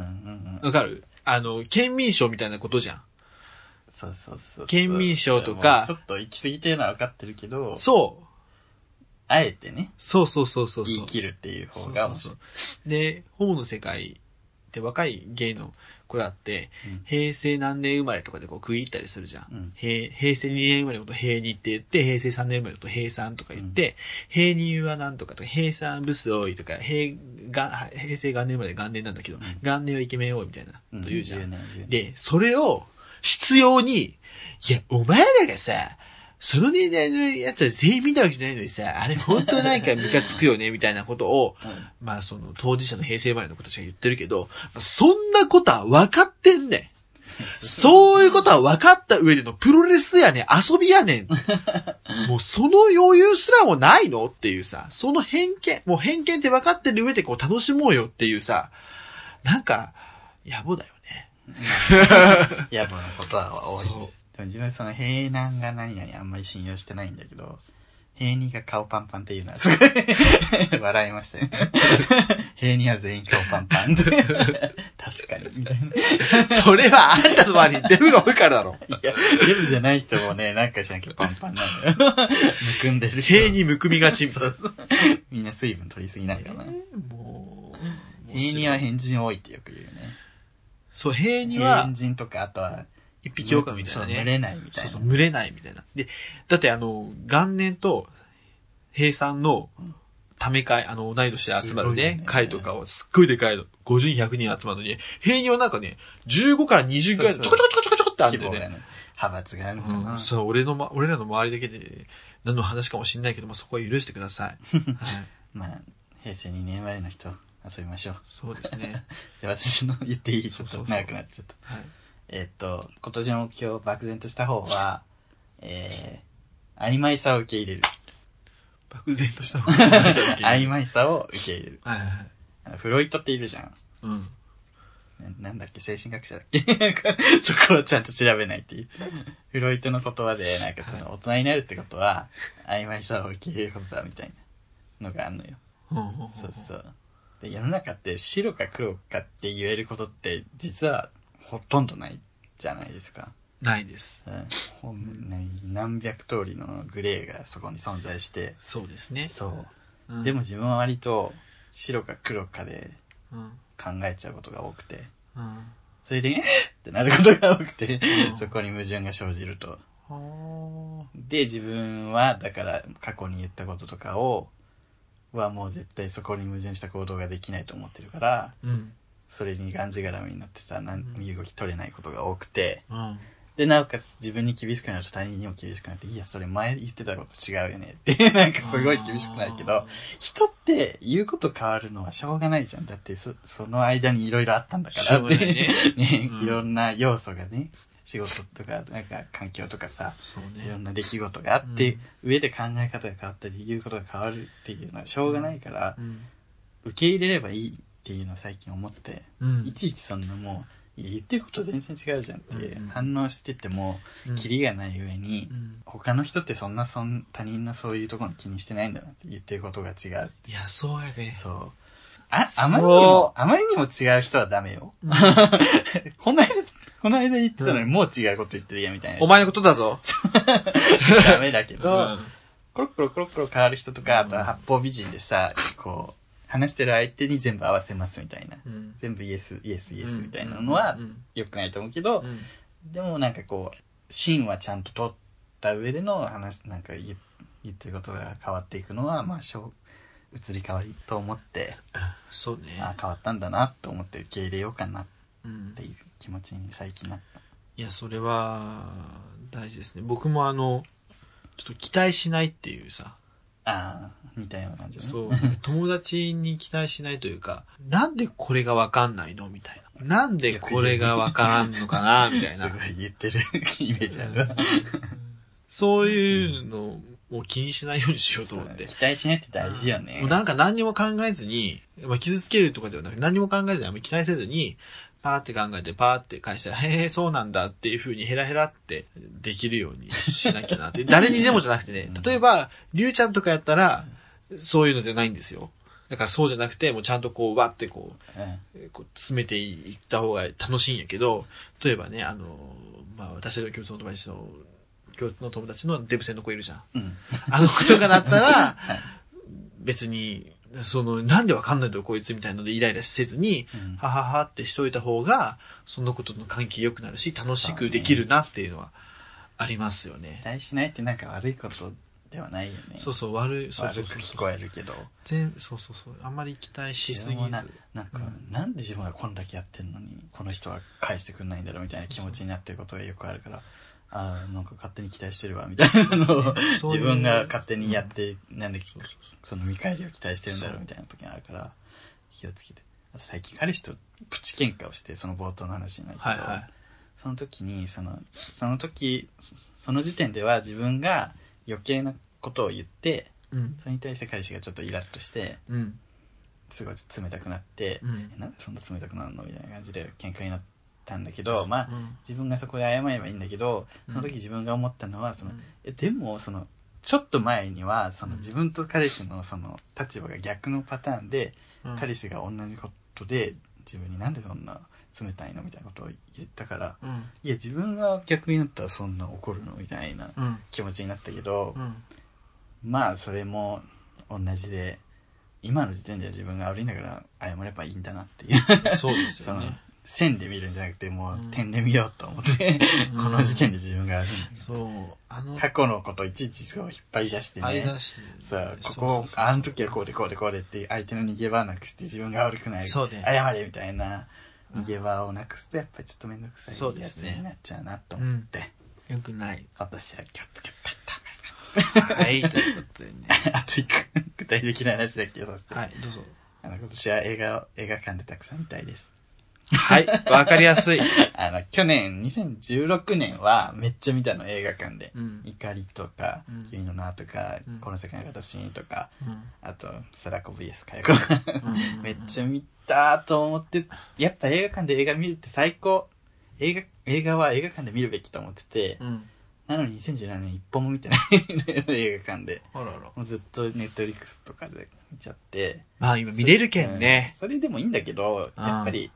S1: ん
S2: わかるあの、県民賞みたいなことじゃん。
S1: そうそうそうそう
S2: 県民賞とか
S1: もうちょっと行き過ぎてるのは分かってるけど
S2: そう。
S1: あえてね
S2: そうそうそうそうそう。
S1: 言い切るっていう方が面
S2: そ
S1: 白い
S2: うそうそうで、ホモの世界って若い芸の子だって、
S1: うん
S2: 平成何年生まれとかでこう区切ったりするじゃん。
S1: うん
S2: 平平成2年生まれのこと平2って言って、平成3年生まれのこと平3とか言って、平2は何とかとか、平3ブス多いとか、平が平成元年生まれ元年なんだけど、
S1: ん
S2: 元年はイケメン多いみたいな
S1: う
S2: こと言うじゃん。
S1: ね言うね
S2: で、それを、必要に、いや、お前らがさ、その年代のやつは全員見たわけじゃないのにさ、あれ本当なんかムカつくよね、 みたいなことを、
S1: うん
S2: まあその当事者の平成生まれの子たちが言ってるけど、そんなことは分かってんねん。そういうことは分かった上でのプロレスやねん、遊びやね ん。もうその余裕すらもないのっていうさ、その偏見、もう偏見って分かってる上でこう楽しもうよっていうさ、なんか、野暮だよね。
S1: 野暮なことは多い。で
S2: そう
S1: も自分その平南が何々あんまり信用してないんだけど、平二が顔パンパンっていうのはすごい 笑いましたよ ね。平二は全員顔パンパンって。確かに、みたいな。
S2: それはあんたの周りにデブが多いから だろ。
S1: いや、デブじゃない人もね、なんかしなきゃパンパンなんだよ。むくんでる人。
S2: 平にむくみがち。
S1: そうそうみんな水分取りすぎないかな。
S2: もう、
S1: 平二は変人多いってよく言うよね。
S2: そう、平には
S1: 変、人とか、あとは、
S2: 一匹狼みたいな
S1: そう、
S2: ね。
S1: 群れないみたいな。
S2: そうそう、群れないみたいな。で、だってあの、元年と平さんのため会、あの、同い年で集まる
S1: すごい
S2: ね
S1: ね、
S2: 会とかはすっごいでかいの。50、100人集まるのに、平にはなんかね、15から20くらいのち
S1: そ
S2: ょ
S1: う
S2: こち
S1: そ
S2: ょこちょこちょこってある
S1: 規
S2: んだ
S1: 模
S2: よ
S1: が
S2: ね。
S1: ね、派閥があるのか
S2: う
S1: な。
S2: ん、そう、俺のま、俺らの周りだけで、何の話かもしんないけど、まあ、そこは許してくださ い。はい。
S1: まあ、平成2年生まれの人、遊びましょう。
S2: そうですね。
S1: じゃあ私の言っていいちょ
S2: そう
S1: っ
S2: そうそ
S1: と
S2: う
S1: 長くなっちゃった。
S2: はい。
S1: えーっと、今年の目標を漠然とした方は、えー、曖昧さを受け入れる。
S2: 漠然とした方がいいですよ
S1: 曖昧さを受け入れる。
S2: はいはいはい。
S1: あのフロイトっているじゃん。
S2: うん。
S1: ななんだっけ精神学者だっ けそこはちゃんと調べないっていう。フロイトの言葉で、なんかその、大人になるってことは、曖昧さを受け入れることだみたいなのがあるのよ。そうそう。で、世の中って白か黒かって言えることって実はほとんどないじゃないですか。
S2: ないです。
S1: うんほんね何百通りのグレーがそこに存在して、
S2: そうですね。
S1: そうう。
S2: ん
S1: でも、自分は割と白か黒かで
S2: うん。
S1: 考えちゃうことが多くて、
S2: うん。
S1: それで、えっってなることが多くて
S2: う、ん
S1: そこに矛盾が生じると。
S2: は
S1: で、自分は、だから過去に言ったこととかを、はもう絶対そこに矛盾した行動ができないと思ってるから、
S2: あ。うん。
S1: それにがんじがらめになってさ、な
S2: うん
S1: ん身動き取れないことが多くて、
S2: うん。
S1: で、なおかつ自分に厳しくなると他人にも厳しくなって、いや、それ前言ってたこと違うよねって、 なんかすごい厳しくないけど、人って言うこと変わるのはしょうがないじゃん。だってそ、その間にいろいろあったんだ
S2: あー。
S1: か
S2: し
S1: ら
S2: ょう
S1: っ
S2: が
S1: て。
S2: ないね。
S1: ね、
S2: うん
S1: いろんな要素がね、仕事とか、なんか環境とかさ、
S2: そう
S1: いろん
S2: ね。
S1: な出来事があって、上で考え方が変わったり、言うことが変わるっていうのはしょうがないから、
S2: うん。
S1: 受け入れればいいっていうのを最近思って、
S2: うん
S1: いちいちそんなもう、いや言ってること全然違うじゃんって、
S2: うん
S1: 反応してても、キリがない上に、
S2: うん
S1: 他の人ってそんなそん他人のそういうところに気にしてないんだなって言ってることが違う。
S2: いや、そうやね。
S1: そう。あ、
S2: そう
S1: あまりにも、あまりにも違う人はダメよ。
S2: うん
S1: この間、この間言ってたのに
S2: う
S1: もう違うこと言ってるやみたいな。
S2: お前のことだぞ。
S1: ダメだけ
S2: う
S1: ど、
S2: ん
S1: コロコロコロコロ変わる人とか、あ
S2: うん
S1: とは八方美人でさ、こう、話してる相手に全部合わせますみたいな。
S2: うん。
S1: 全部イエス、イエス、イエスみたいなのは
S2: う、ん
S1: 良くないと思うけど
S2: う、ん
S1: でもなんかこう、芯はちゃんと取った上での話、なんか言言ってることが変わっていくのは、まあ、しょう移り変わりと思って、
S2: そうね。
S1: あ変わったんだなと思って受け入れようかなっ
S2: うん
S1: ていう気持ちに最近なった
S2: いや、それは、大事ですね。僕もあの、ちょっと期待しないっていうさ、
S1: ああ似たような感じ、ね、
S2: そう、友達に期待しないというか、なんでこれがわかんないのみたいな。なんでこれがわからんのかなみたい
S1: す
S2: な。
S1: ごい言ってる イメージある わ
S2: そういうのを気にしないようにしようと思って。
S1: そう期待しないって大事よね、
S2: もうなんか何にも考えずに、まあ、傷つけるとかではなくて、何にも考えずに、あんまり期待せずに、パーって考えて、パーって返したら、へえ、そうなんだっていう風にヘラヘラってできるようにしなきゃな って。誰にでもじゃなくて
S1: う
S2: ね
S1: ん、
S2: 例えば、りゅうちゃんとかやったら、そういうのじゃないんですよ。だからそうじゃなくて、もうちゃんとこう、わってこう、
S1: うん
S2: えーこう詰めていった方が楽しいんやけど、例えばね、あのー、まあ、私の共通の友達の、共通の友達のデブ戦の子いるじゃん。
S1: うん
S2: あの子とかだった ら、別に、その、なんでわかんないとこいつみたいのでイライラせずに、
S1: うん
S2: はははってしといた方が、そのことの関係良くなるし、楽しくできるなっていうのはありますよね
S1: 期。待しないってなんか悪いことではないよね
S2: そうそう、悪い、そうそう
S1: 悪
S2: そ
S1: く
S2: う。
S1: 聞こえるけど
S2: 全そうそうそう。あんまり期待しすぎ
S1: でも
S2: ず。
S1: なんか、
S2: うん
S1: なんで自分はこんだけやってんのにこの人は返してくんないんだろうみたいな気持ちになってることがよくあるからああなんか勝手に期待してるわみたいなの を
S2: そうい
S1: 自
S2: う
S1: 分が勝手にやって、なんで
S2: そうそうそう。
S1: その見返りを期待してるんだろ
S2: そう
S1: うみたいな時があるから気をつけてあと最近彼氏とプチ喧嘩をしてその冒頭の話になるけど、
S2: はいはい。
S1: その時にそのその時そその時点では自分が余計なことを言って
S2: うん。
S1: それに対して彼氏がちょっとイラッとして
S2: うん。
S1: すごい冷たくなって
S2: う、ん
S1: え。なんでそんな冷たくなるのみたいな感じで喧嘩になったんだけどまあ
S2: うん
S1: 自分がそこで謝ればいいんだけどその時自分が思ったのはそのえでもそのちょっと前にはその
S2: うん
S1: 自分と彼氏のその立場が逆のパターンで、
S2: うん
S1: 彼氏が同じことで自分になんでそんな冷たいのみたいなことを言ったから
S2: うん。
S1: いや自分が逆になったらそんな怒るのみたいな
S2: うん。
S1: 気持ちになったけど
S2: う、ん。
S1: まあそれも同じで今の時点では自分が悪いんだから謝ればいいんだなっていう
S2: そうです
S1: そ
S2: よ
S1: の
S2: ね。
S1: 線で見るんじゃなくてもう
S2: うん
S1: 点で見ようと思って、この時点で自分が悪いんだけど
S2: そう。あの、
S1: 過去のことをいちいちこう引っ張り出してね
S2: 間し
S1: さあ、こ
S2: そうそう
S1: こ
S2: そう、そう
S1: あの時はこうでこうでこうでって、相手の逃げ場なくして自分が悪くない。
S2: そうね
S1: 謝れみたいな、逃げ場をなくすと、やっぱりちょっとめんどくさ
S2: そう
S1: い
S2: で
S1: や
S2: す
S1: つ
S2: ね
S1: になっちゃうなと思って、
S2: よくない。
S1: 私は気をつけた
S2: はい、ということでね。
S1: かった。あと一個、具体的な話だけさせて。
S2: はい、どうぞ。
S1: あの、今年は映画を、映画館でたくさん見たいです。
S2: はい、わかりやすい。
S1: あの、去年、2016年は、めっちゃ見たの、映画館で。
S2: うん。
S1: 怒りとか
S2: うん、
S1: 君の名とか
S2: うん、
S1: この世界の形にとか、
S2: うん
S1: あと、サラコ VS カヤコ。めっちゃ見たと思って、やっぱ映画館で映画見るって最高。映画、映画は映画館で見るべきと思ってて、
S2: うん。
S1: なのに2017年一本も見てない映画館で。
S2: あらら。
S1: もうずっとネットリックスとかで見ちゃって。
S2: まあ今見れるけんね。
S1: それでもいいんだけど、
S2: うん
S1: やっぱり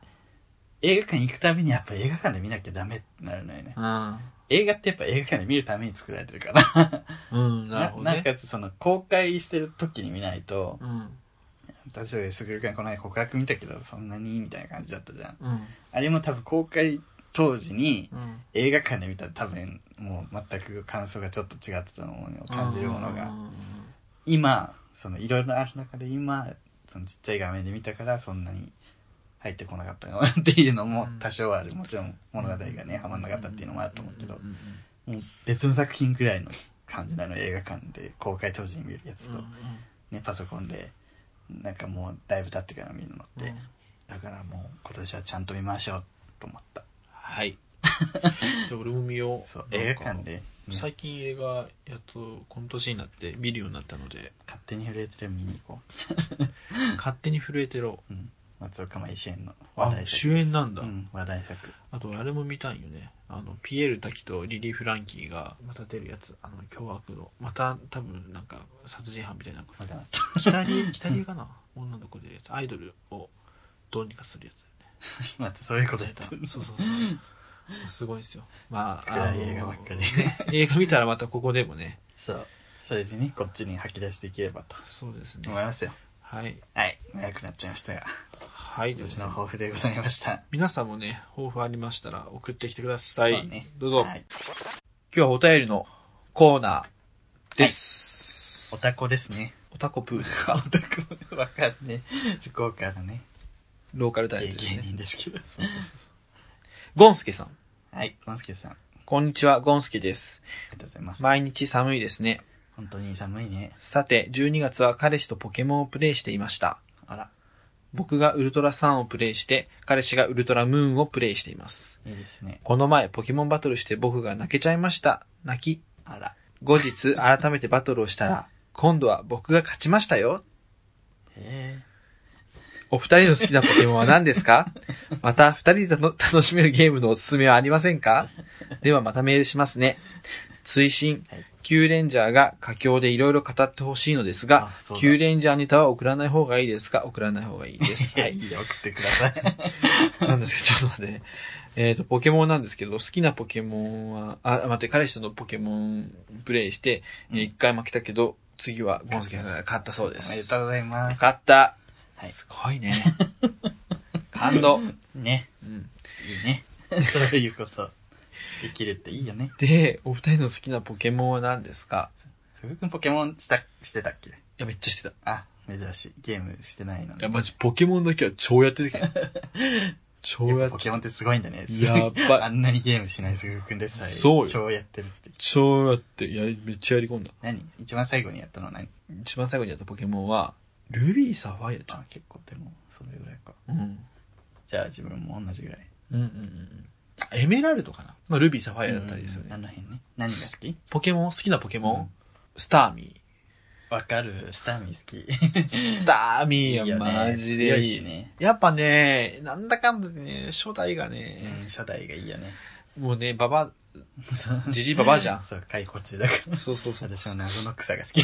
S1: 映画館行くたびにやっぱ映画館で見なきゃダメってなるのよね
S2: う。ん。
S1: 映画ってやっぱ映画館で見るために作られてるから。
S2: うん、なるほど
S1: なお
S2: ね。
S1: かつその公開してる時に見ないと、
S2: うん。
S1: 例えばすぐるくんこの間告白見たけど、そんなにみたいな感じだったじゃん。
S2: うん。
S1: あれも多分公開当時に
S2: うん。
S1: 映画館で見たら多分もう全く感想がちょっと違ってたのを感じるもの
S2: う
S1: が
S2: ん。
S1: 今そのいろいろある中で今そのちっちゃい画面で見たからそんなに入ってこなかったのっていうのも多少はあるもちろん物語がねハマんなかったっていうのもあると思うけど
S2: んんん
S1: もう別の作品くらいの感じなの映画館で公開当時に見るやつ
S2: うん
S1: と、ね、パソコンでなんかもうだいぶ経ってから見るのって、
S2: うん
S1: だからもう今年はちゃんと見ましょうと思った
S2: はい。じゃあ俺も見よう。
S1: そう
S2: なんか
S1: 映画館で、ね勝
S2: 最近映画、やっと、この年になって見るようになったので、
S1: 手に震えてる見に行こ
S2: 勝手に震えてろ。
S1: う、うん、松岡茉優主演の話題
S2: あ
S1: 作、です
S2: 主演なんだ
S1: う。ん、話題作
S2: あと、あれも見たいよね。あの、ピエール滝とリリー・フランキーが、また出るやつ。あの、凶悪の。また、多分、なんか、殺人犯みたいな。
S1: わからん
S2: 北流、北流かな女の子出るやつ。アイドルをどうにかするやつだよね。
S1: またそういうことやった。
S2: そうそうそう。すごいんですよ。まあ、
S1: 暗い
S2: あの
S1: 映画ばっかり
S2: ね 映画見たらまたここでもね。
S1: そう。それでね、こっちに吐き出していければと
S2: そうですね。
S1: 思いますよ。
S2: はい。
S1: はい。長くなっちゃいましたが、
S2: はい。
S1: 私の抱負でございました。
S2: 皆さんもね、抱負ありましたら送ってきてください。
S1: そうね
S2: どうぞ、
S1: はい。
S2: 今日はお便りのコーナーです。
S1: おたこですね。
S2: おたこぷーです
S1: お
S2: か
S1: たこ、わかんねえ。福岡のね、
S2: ローカルタ
S1: 芸
S2: イムですね。
S1: 人ですけど。
S2: そうそうそうそう。ゴンスケさん。
S1: はい。ゴンスケさん、あ
S2: こんにちは、ゴンスケです。
S1: りがとうございます。
S2: 毎日寒いですね。
S1: 本当に寒いね。
S2: さて、12月は彼氏とポケモンをプレイしていました。
S1: あら、
S2: 僕がウルトラサンをプレイして、彼氏がウルトラムーンをプレイしています。
S1: いいですね。
S2: この前、ポケモンバトルして僕が泣けちゃいました。泣き。
S1: あら。
S2: 後日、改めてバトルをしたら、今度は僕が勝ちましたよ。
S1: へ
S2: お二人の好きなポケモンは何で すかまた、二人での楽しめるゲームのおすすめはありませんかではまたメールしますね。追伸
S1: はい、
S2: Q レンジャーが佳境でいろいろ語ってほしいのですが
S1: あそう、だ
S2: Q レンジャーネタは送らない方がいいですか送らない方がいいです。
S1: え。
S2: はい
S1: や、い
S2: い。
S1: いよ、送ってくだ さい。
S2: なんですけど、ちょっと待ってね。えっ、と、ポケモンなんですけど、好きなポケモンは、あ、待って、彼氏とのポケモンプレイして、えー一回負けたけど、次はゴンスケさんが勝ったそうで。
S1: おめですとうございます。
S2: 勝った。
S1: い
S2: すごいね。 感動。
S1: ね。
S2: うん
S1: いいね。 そういうこと、できるっていいよね。
S2: で、お二人の好きなポケモンは何ですか
S1: 福君ポケモンした、してたっけ
S2: いや、めっちゃしてた。い
S1: あ、珍しい。ゲームしてないのに。
S2: や、マジポケモンだけは超やってるけ ど。超
S1: やっ
S2: や
S1: ぱ
S2: っ
S1: ポケモンってすごいんだね。
S2: やっばい
S1: あんなにゲームしないすぐるくんでさえ。
S2: そうよ
S1: 超やってるって。
S2: 超やって、いや、めっちゃやり込んだ。
S1: 何一番最後にやったのは何
S2: 一番最後にやったポケモンは、ルビーサファイアちゃん。
S1: あ、結構でも、それぐらいか。
S2: うん。
S1: じゃあ自分も同じぐらい。
S2: うんうんうんうん。あエメラルドかなまあ、ルビー、サファイアだったりですよ
S1: あ
S2: ね。
S1: の辺ね。何が好き
S2: ポケモン、好きなポケモン、
S1: うん
S2: スターミ
S1: わかる。スターミー好
S2: ー。
S1: き。
S2: スター
S1: い
S2: ミーはい
S1: よね
S2: マジ
S1: 強
S2: で
S1: い
S2: いい。
S1: しね。
S2: やっぱね、なんだかんだでね、初代が
S1: うん
S2: ね、
S1: 初代がいいよね。
S2: もうね、ババ、
S1: そう
S2: ジジイババアじゃん
S1: そう、解雇中だから。
S2: そうそう そう。
S1: 私も謎の草が好き。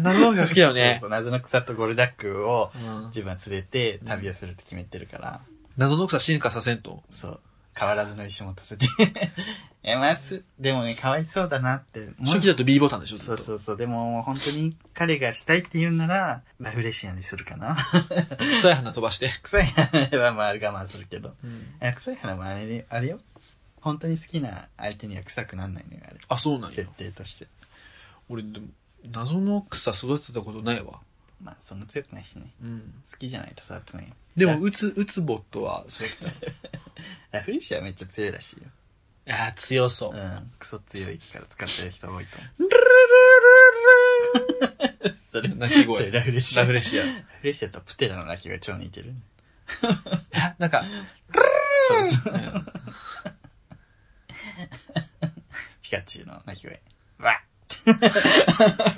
S2: 謎のが好きだよね
S1: そ。う謎の草とゴルダックを
S2: うん
S1: 自分は連れて旅をするって決めてるから。
S2: 謎の草進化させんと。
S1: そう。変わらずの石持たせて。 え、ます。でもね、かわいそうだなって。もう
S2: 初期だと B ボタンでしょず
S1: そ
S2: っ
S1: う
S2: と
S1: そうそう。でも、もう本当に彼がしたいって言うなら、ラフレシアにするかな。
S2: 臭い花飛ばして。
S1: 臭い花はまあ我慢するけど。え臭い花もあれで、あれよ。本当に好きな相手には臭くなんないのよ、あれ。
S2: あ、そうなん
S1: 設
S2: よ。
S1: 定として。
S2: 俺、でも、謎の草育てたことないわ。
S1: まあ、そんな強くないしね。
S2: うん。
S1: 好きじゃないと触ってない。
S2: でも、うつ、うつぼっとは育てたよ。
S1: ラフレシアめっちゃ強いらしいよ。
S2: あー、強そう う。
S1: ん。クソ強いから使ってる人多いと思う。
S2: ルルルルルー
S1: それ、
S2: 鳴き声
S1: それラフレシア。
S2: ラフレシア。
S1: ラフレシアとプテラの鳴き声超似てるね。
S2: あなんか、
S1: そう そう。ピカチュウの鳴き声。わ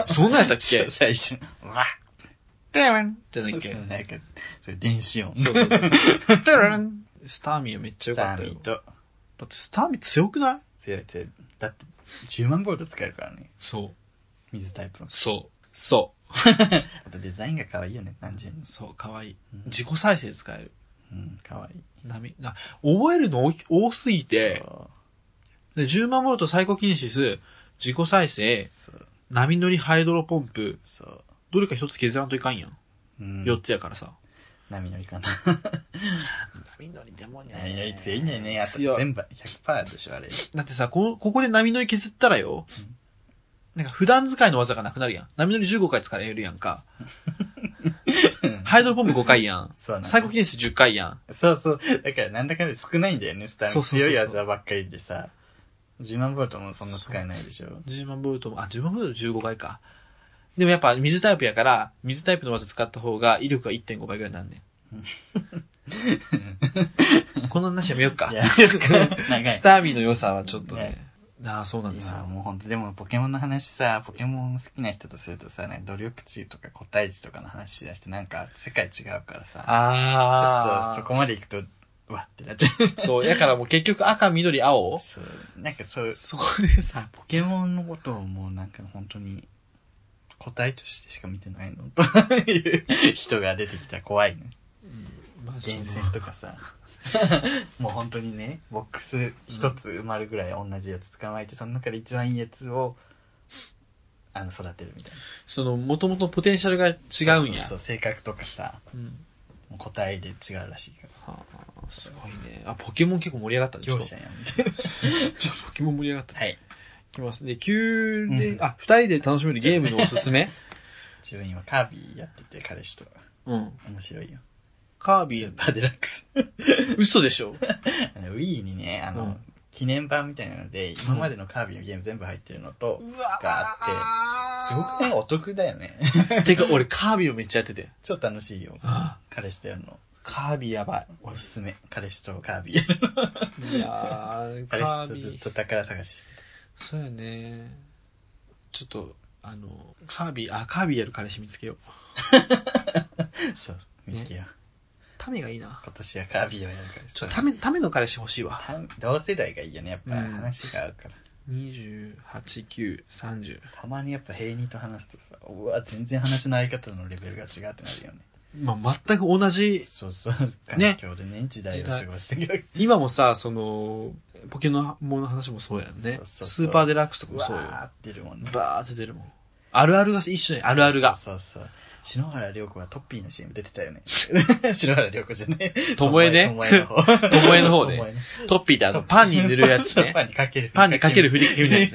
S2: そんなんやったっ
S1: っ
S2: け
S1: 最初。わっ
S2: テレンじゃないっけ
S1: そうなんか、それ電子音。
S2: そうそうそう。テレ ンスターミーはめっちゃ良か
S1: ダ
S2: ったよ。
S1: ミー
S2: だ
S1: と、
S2: ってスターミー強くない
S1: 強い強い。だって、10万ボルト使えるからね。
S2: そう。
S1: 水タイプの。
S2: そう。そ
S1: あとデザインが可愛いよね、単純に
S2: う。。そう、かわいい。
S1: うん
S2: 自己再生使える。
S1: うん、可愛い。
S2: なみ、な、覚えるの多い多すぎて、
S1: そう
S2: で、10万ボルトサイコキネシス、自己再生、
S1: そう。
S2: 波乗りハイドロポンプ、
S1: そう。
S2: どれか一つ削らんといかんやん。
S1: うん。
S2: 4つやからさ。
S1: 波乗りかな。
S2: 波乗りでも
S1: 波乗り強いんだよね。あと
S2: 強い
S1: 全部100%でしょ、あれ。
S2: だってさ、こ、ここで波乗り削ったらよ、なんか普段使いの技がなくなるやん。波乗り15回使えるやん か。ハイドロポンプ5回やん。
S1: そうなんだ
S2: サイコキネシス10回やん。
S1: そうそう。だからなんだかんだ少ないんだよね、スタミ
S2: そ
S1: ナ
S2: うそうそ
S1: 強
S2: うそう
S1: い技ばっかりでさ。10万ボルトもそんな使えないでしょ。
S2: 10万ボルトも、あ、10万ボルト15回か。でもやっぱ水タイプやから、水タイプの技使った方が威力が1.5倍ぐらいになんね ん。この話やめよっか
S1: い。や、 長い。
S2: スターミーの良さはちょっとね
S1: ね。
S2: ああ、そうなんです
S1: 今
S2: よ。
S1: もう本当でもポケモンの話さ、ポケモン好きな人とするとさ、なんか努力値とか個体値とかの話しだしてなんか世界違うからさ、ちょ
S2: あ
S1: っと
S2: あ。
S1: そこまで行くと、わってなっちゃう。
S2: そう、だからもう結局赤、緑、青
S1: そう。なんかそう、
S2: そこでさ、
S1: ポケモンのことをもうなんか本当に個体としてしか見てないのという人が出てきたら怖いね。
S2: まあ、その
S1: 電線とか さもう本当にねボックス一つ埋まるぐらい同じやつ捕まえて、その中で一番いいやつをあの育てるみたい
S2: その、もともとポテンシャルが違
S1: な
S2: うんや。
S1: そうそうそう性格とかさ
S2: うん
S1: もう個体で違うらしいから
S2: はあすごいね。あ、ポケモン結構盛り上がったね。ちょっ
S1: 強
S2: と
S1: 者やんみたいな
S2: ちょっとポケモン盛り上がった。い
S1: はい
S2: きます。で、急で、
S1: うん
S2: あ、二人で楽しめるゲームのおすすめ
S1: 自分今カービィやってて彼氏と
S2: うん。
S1: 面白いよ
S2: カー
S1: ス
S2: ビ
S1: ー
S2: ィ、
S1: パーデラックス
S2: 嘘でしょ
S1: あの Wii にねあの、
S2: うん
S1: 記念版みたいなので今までのカービィのゲーム全部入ってるのと、
S2: うわ
S1: が
S2: あ
S1: すごくねお得だよね
S2: てか、俺カービィをめっちゃやってて。
S1: 超楽しいよ
S2: カ
S1: 彼氏とやるの
S2: ービィやばい。
S1: おすすめ彼氏とカービィ
S2: いやー、 カ
S1: 彼氏
S2: ー
S1: と
S2: ビ
S1: ずっ
S2: ィ。
S1: と宝探しして
S2: そうやね。ちょっと、あの、カービィ、あ、カービィやる彼氏見つけよう。
S1: たそう見つけよう、
S2: タメがいいな。
S1: 今年はカービィをやるから
S2: ちょ、
S1: た
S2: タメ、タメの彼氏欲しいわ。
S1: 同世代がいいよねやっぱ
S2: うん
S1: 話が合うから、
S2: 28、9、30。
S1: たまにやっぱ平にと話すとさうわ全然話の相方のレベルが違うってなるよね
S2: まあ、全く同じ。
S1: そうそう環
S2: ね
S1: 境でね時代を過ごしてきた
S2: 今もさ、その、ポケモンの話もそうやんね。
S1: そうそうそう
S2: スーパーデラックスとか
S1: う
S2: も
S1: わ
S2: そうよ。
S1: ーってるもんね
S2: バーって出るもん。あるあるが一緒に、あるあるが。
S1: そうそうそう篠原涼子はトッピーの CM 出てたよね 篠原涼子じゃねえ
S2: ともえね
S1: ともえの方
S2: ともえの方ね
S1: ともえね
S2: トッピーってあの、パンに塗るやつ
S1: そう
S2: ね。
S1: パンにかける
S2: パンにかける振り切りのや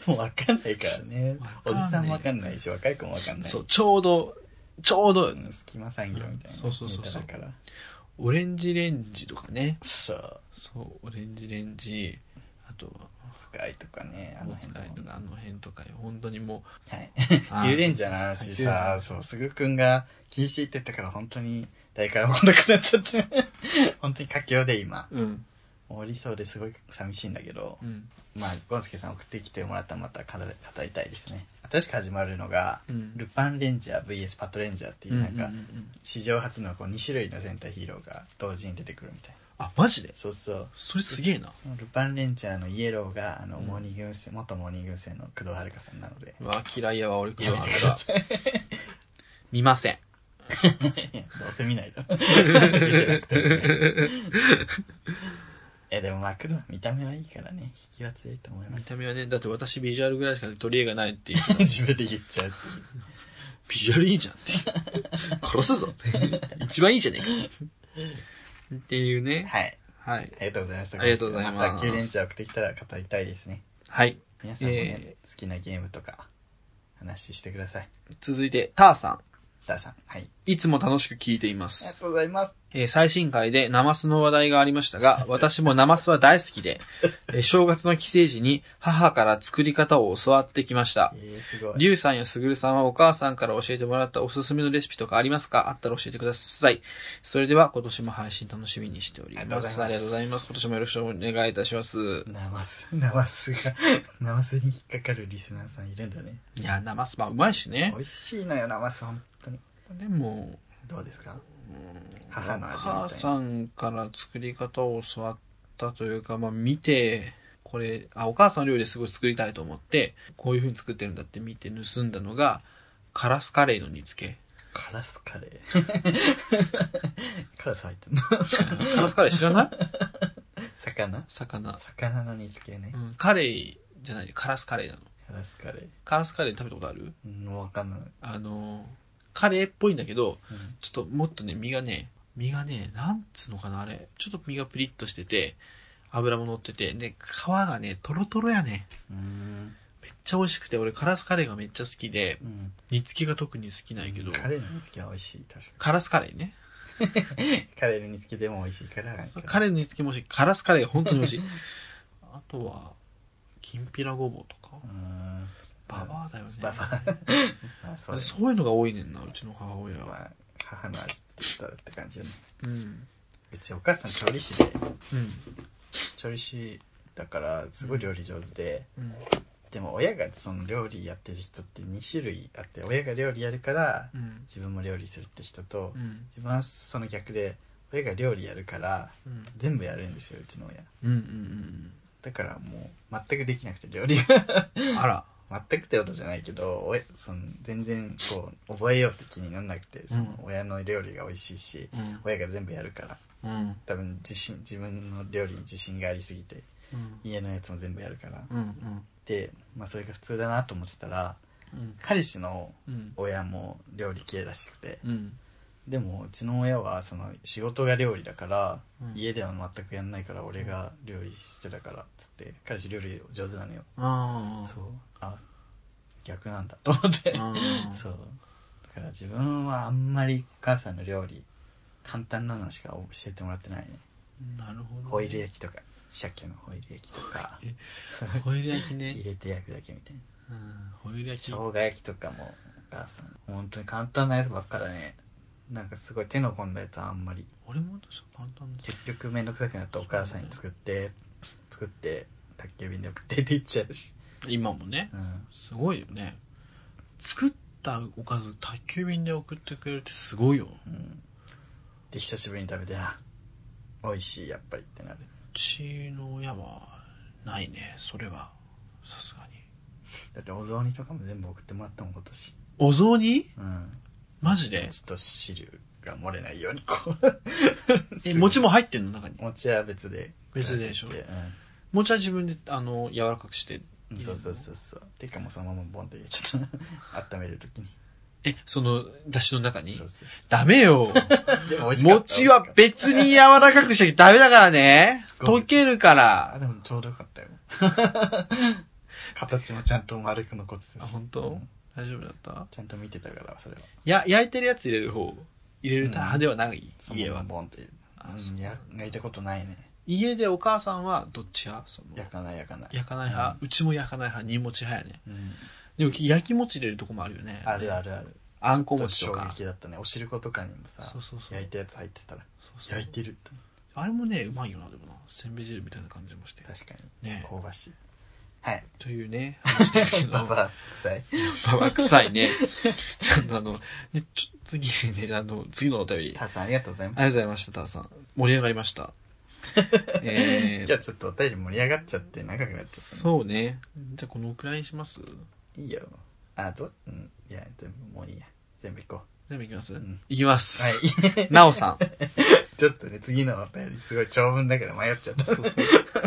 S2: つ。
S1: もうわかんないからね
S2: わか。ん
S1: お
S2: ねえ
S1: じさんもわかんないし、若い子もわかんない。
S2: そう、ちょうど、ちょうど
S1: う、ん。隙間産業みたいな。
S2: そうそうそうそう
S1: ネタだから。
S2: オレンジレンジとかね。
S1: そう。
S2: そう、オレンジレンジ、あとは、
S1: 使いとかね、あ
S2: お
S1: の
S2: 使
S1: 辺
S2: いと
S1: の。
S2: か、あの辺とかよ、本当にも
S1: はい。
S2: あー
S1: 遊ンジャーの話さ
S2: はい、
S1: そう、すぐくんが禁止って言ったから本当に大からも来なくなっちゃって。 本当に佳境で今。
S2: う、うん、
S1: 終わりそうですごい寂しいんだけど、
S2: うん、
S1: まあ、ゴンスケさん送ってきてもらったらまた語り語りたいですね。新しく始まるのが、
S2: うん
S1: ルパンレンジャー VS パトレンジャーっていう、なんか、
S2: うんうんうん
S1: 史上初のこう2種類の戦隊ヒーローが同時に出てくるみたいな
S2: あ、マジで
S1: そうそう
S2: それすげえな。
S1: そのルパンレンジャーのイエローがあの
S2: うん
S1: モーニング娘。元モーニング娘。の工藤遥さんなので
S2: うわ、嫌いやわ、俺、
S1: やめてください
S2: 見ません。
S1: どうせ見ない だろ見てなくてもねえでもまあ工藤は見た目はいいからね引きは強いと思いま
S2: 見
S1: す
S2: た目はね、だって私ビジュアルぐらいしか取り柄がないっていう。
S1: 自分で言っちゃうっていう
S2: ビジュアルいいじゃんって。殺すぞ って。一番いいじゃねえか。っていうね。
S1: はい
S2: はい。
S1: ありがとうございました
S2: ありがとうございます
S1: 卓球レンジャー送ってきたら語りたいですね
S2: はい。
S1: 皆さんもね、
S2: え
S1: 好きなゲームとか話してください
S2: 続いて、ターさん。
S1: ダーさんはい
S2: いつも楽しく聞いていま
S1: ありが
S2: す。
S1: とうございます
S2: えー最新回でナマスの話題がありましたが、私もナマスは大好きで、えー正月の帰省時に母から作り方を教わってきました
S1: え。ー、すごい
S2: リュウさんやスグルさんはお母さんから教えてもらったおすすめのレシピとかありますかあったら教えてください。それでは今年も配信楽しみにしております。
S1: ありがとうございます
S2: ありがとうございます。今年もよろしくお願いいたします。
S1: ナマス、ナマスが、 ナマスに引っかかるリスナーさんいるんだね。
S2: いや、生スパうまいしね
S1: 美。味しいのよ、ナマス、本当に。
S2: でも、
S1: どうですか
S2: お
S1: 母の味みたいな。
S2: 母さんから作り方を教わったというか、まあ見て、これ、あ、お母さんの料理ですごい作りたいと思って、こういう風に作ってるんだって見て盗んだのが、カラスカレーの煮付け。
S1: カラスカレー。 カラス入ってんの
S2: カラスカレー知らない
S1: 魚
S2: 魚。
S1: 魚の煮付けね
S2: う。ん。カレイじゃない、カラスカレイなの。
S1: ハラスカレー。
S2: カラスカレイ食べたことある
S1: うん、わかんない。
S2: あのー、カレーっぽいんだけど、
S1: うん
S2: ちょっともっとね、身がね、身がね、なんつうのかな、あれ。ちょっと身がプリッとしてて、油も乗ってて、で、皮がね、トロトロやね。
S1: うーん。
S2: めっちゃ美味しくて、俺カラスカレーがめっちゃ好きで、
S1: うん。
S2: 煮付けが特に好きないけど、
S1: カレーの煮付けは美味しい、確か
S2: カラスカレーね。
S1: に。カレーの煮付けでも美味しいから。
S2: そうカレーの煮付けも美味しい。カラスカレーが本当に美味しい。あとは、きんぴらごぼうとか。
S1: うーん。
S2: ババアだよね。
S1: ババア。あそう
S2: で
S1: だね
S2: そういうのが多いねんな、うちの母親
S1: ま
S2: は。
S1: あ、母の味って言ったらって感じよね。
S2: うん。うん。
S1: うちお母さん調理師で、調理師だから、すごい料理上手で、
S2: うん。
S1: でも親がその料理やってる人って2種類あって、親が料理やるから
S2: う、ん。
S1: 自分も料理するって人と
S2: う、ん。
S1: 自分はその逆で、親が料理やるから、
S2: うん。
S1: 全部やるんですよ、うちの親。
S2: うん。うん。
S1: だからもう、全くできなくて料理が。
S2: うんあら。
S1: 全くってことじゃないけどおやその全然こう覚えようって気にならなくてその
S2: うん
S1: 親の料理が美味しいし、
S2: うん。
S1: 親が全部やるから
S2: うん。
S1: 多分自信自分の料理に自信がありすぎて
S2: うん。
S1: 家のやつも全部やるから
S2: うん。うん。
S1: で、まあ、それが普通だなと思ってたら
S2: うん。
S1: 彼氏の
S2: うん。
S1: 親も料理系らしくて
S2: うん。
S1: でもうちの親はその仕事が料理だから、
S2: うん
S1: 家では全くやんないから俺が料理してたからっつって彼氏料理上手なのよ
S2: ああ。
S1: そうあ逆なんだと思って
S2: うん
S1: そうだから自分はあんまりお母さんの料理簡単なのしか教えてもらってないね
S2: なるほどね。
S1: ホイル焼きとか鮭のホイル焼きとか
S2: え
S1: そう
S2: ホイル焼きね
S1: 入。れて焼くだけみたいな
S2: うん。ホイル焼き。
S1: 生姜焼きとかもお母さん本当に簡単なやつばっかだねなんかすごい手の込んだやつはあんまり
S2: 俺も確か簡単だ。
S1: 結局面倒くさくなってお母さんに作って作って宅急便で送ってって言っちゃうし、
S2: 今もね
S1: う。ん、
S2: すごいよね。作ったおかず、宅急便で送ってくれるってすごいよ。
S1: うん、で久しぶりに食べてあ美味しいやっぱりってなる
S2: うちの親は、ないね。それは。さすがに。
S1: だってお雑煮とかも全部送ってもらったもん今年
S2: お雑煮
S1: うん
S2: マジで
S1: 餅と汁が漏れないようにこう
S2: え、
S1: すごい
S2: 餅も入ってんの中に。
S1: 餅は別で
S2: 別ででしょ
S1: うん
S2: 餅は自分で、あの、柔らかくして。
S1: そうそうそうそうてかもうそのままボンって入れちゃった 温めるときに
S2: え、その、だしの中に
S1: そうそうそ
S2: ダメよ。
S1: うでも美味しかった
S2: 餅は別に柔らかくしちゃダメだからね。
S1: ごい
S2: 溶けるから
S1: あ。でもちょうどよかったよ形もちゃんと丸く残ってた
S2: あ、
S1: し
S2: 本
S1: う
S2: 当
S1: ん？
S2: 大丈夫だった
S1: ちゃんと見てたからそれはい
S2: や、焼いてるやつ入れる方。入れる派ではない
S1: その
S2: 家
S1: まま
S2: は。
S1: ボンって入れる
S2: あ
S1: うん
S2: そう
S1: や焼いたことないね
S2: 家でお母さんはどっち派その
S1: 焼かない焼かない
S2: 焼かない派、うちも焼かない派、煮餅派やね。
S1: うん
S2: でも焼き餅入れるとこもあるよね。
S1: あるあるある
S2: あんこ餅と
S1: ちょっ
S2: か。
S1: 衝撃だったねお汁粉とかにもさ
S2: そうそうそう
S1: 焼いたやつ入ってたら
S2: そうそう
S1: 焼いてるって
S2: あれもね、うまいよな、でもな。せんべい汁みたいな感じもして。
S1: 確かに、
S2: ね
S1: 香ばしい はい
S2: とい うね、話ですけど。
S1: ババア臭い
S2: ババア臭いね。ちょっとあの、ね、ちょ次ね、あの、次のお便り。あ
S1: ターさんありがとうござい
S2: り
S1: ます
S2: がとうございました、ターさん。盛り上がり ました。え
S1: 今
S2: ー、
S1: 日ちょっとお便り盛り上がっちゃって長くなっちゃったね、
S2: そうね。じゃあこのくらいにします
S1: いいよあどうんいや全部もういいや全部いこ
S2: 全部いきます、
S1: ん
S2: いきます。
S1: う はい
S2: なおさん。
S1: ちょっとね次のお便りすごい長文だけど迷っちゃった
S2: そうそう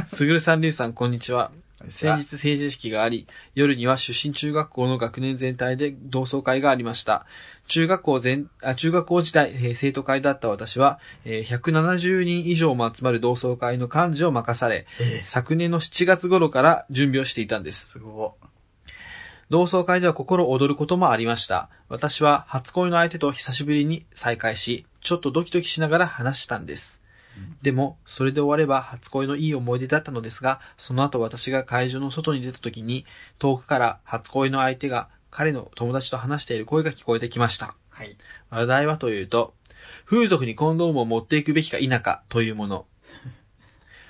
S2: すぐるさん、りゅうさん、こんにちは。先日成人式があり、夜には出身中学校の学年全体で同窓会がありました。中学校全、あ中学校時代、えー生徒会だった私は、えー170人以上も集まる同窓会の幹事を任され、
S1: えー
S2: 昨年の7月頃から準備をしていたんです。
S1: すご
S2: 同窓会では心躍ることもありました。私は初恋の相手と久しぶりに再会し、ちょっとドキドキしながら話したんです
S1: うん。
S2: でも、それで終われば初恋のいい思い出だったのですが、その後私が会場の外に出た時に、遠くから初恋の相手が彼の友達と話している声が聞こえてきました。
S1: はい
S2: 話題はというと、風俗にコンドームを持っていくべきか否かというもの。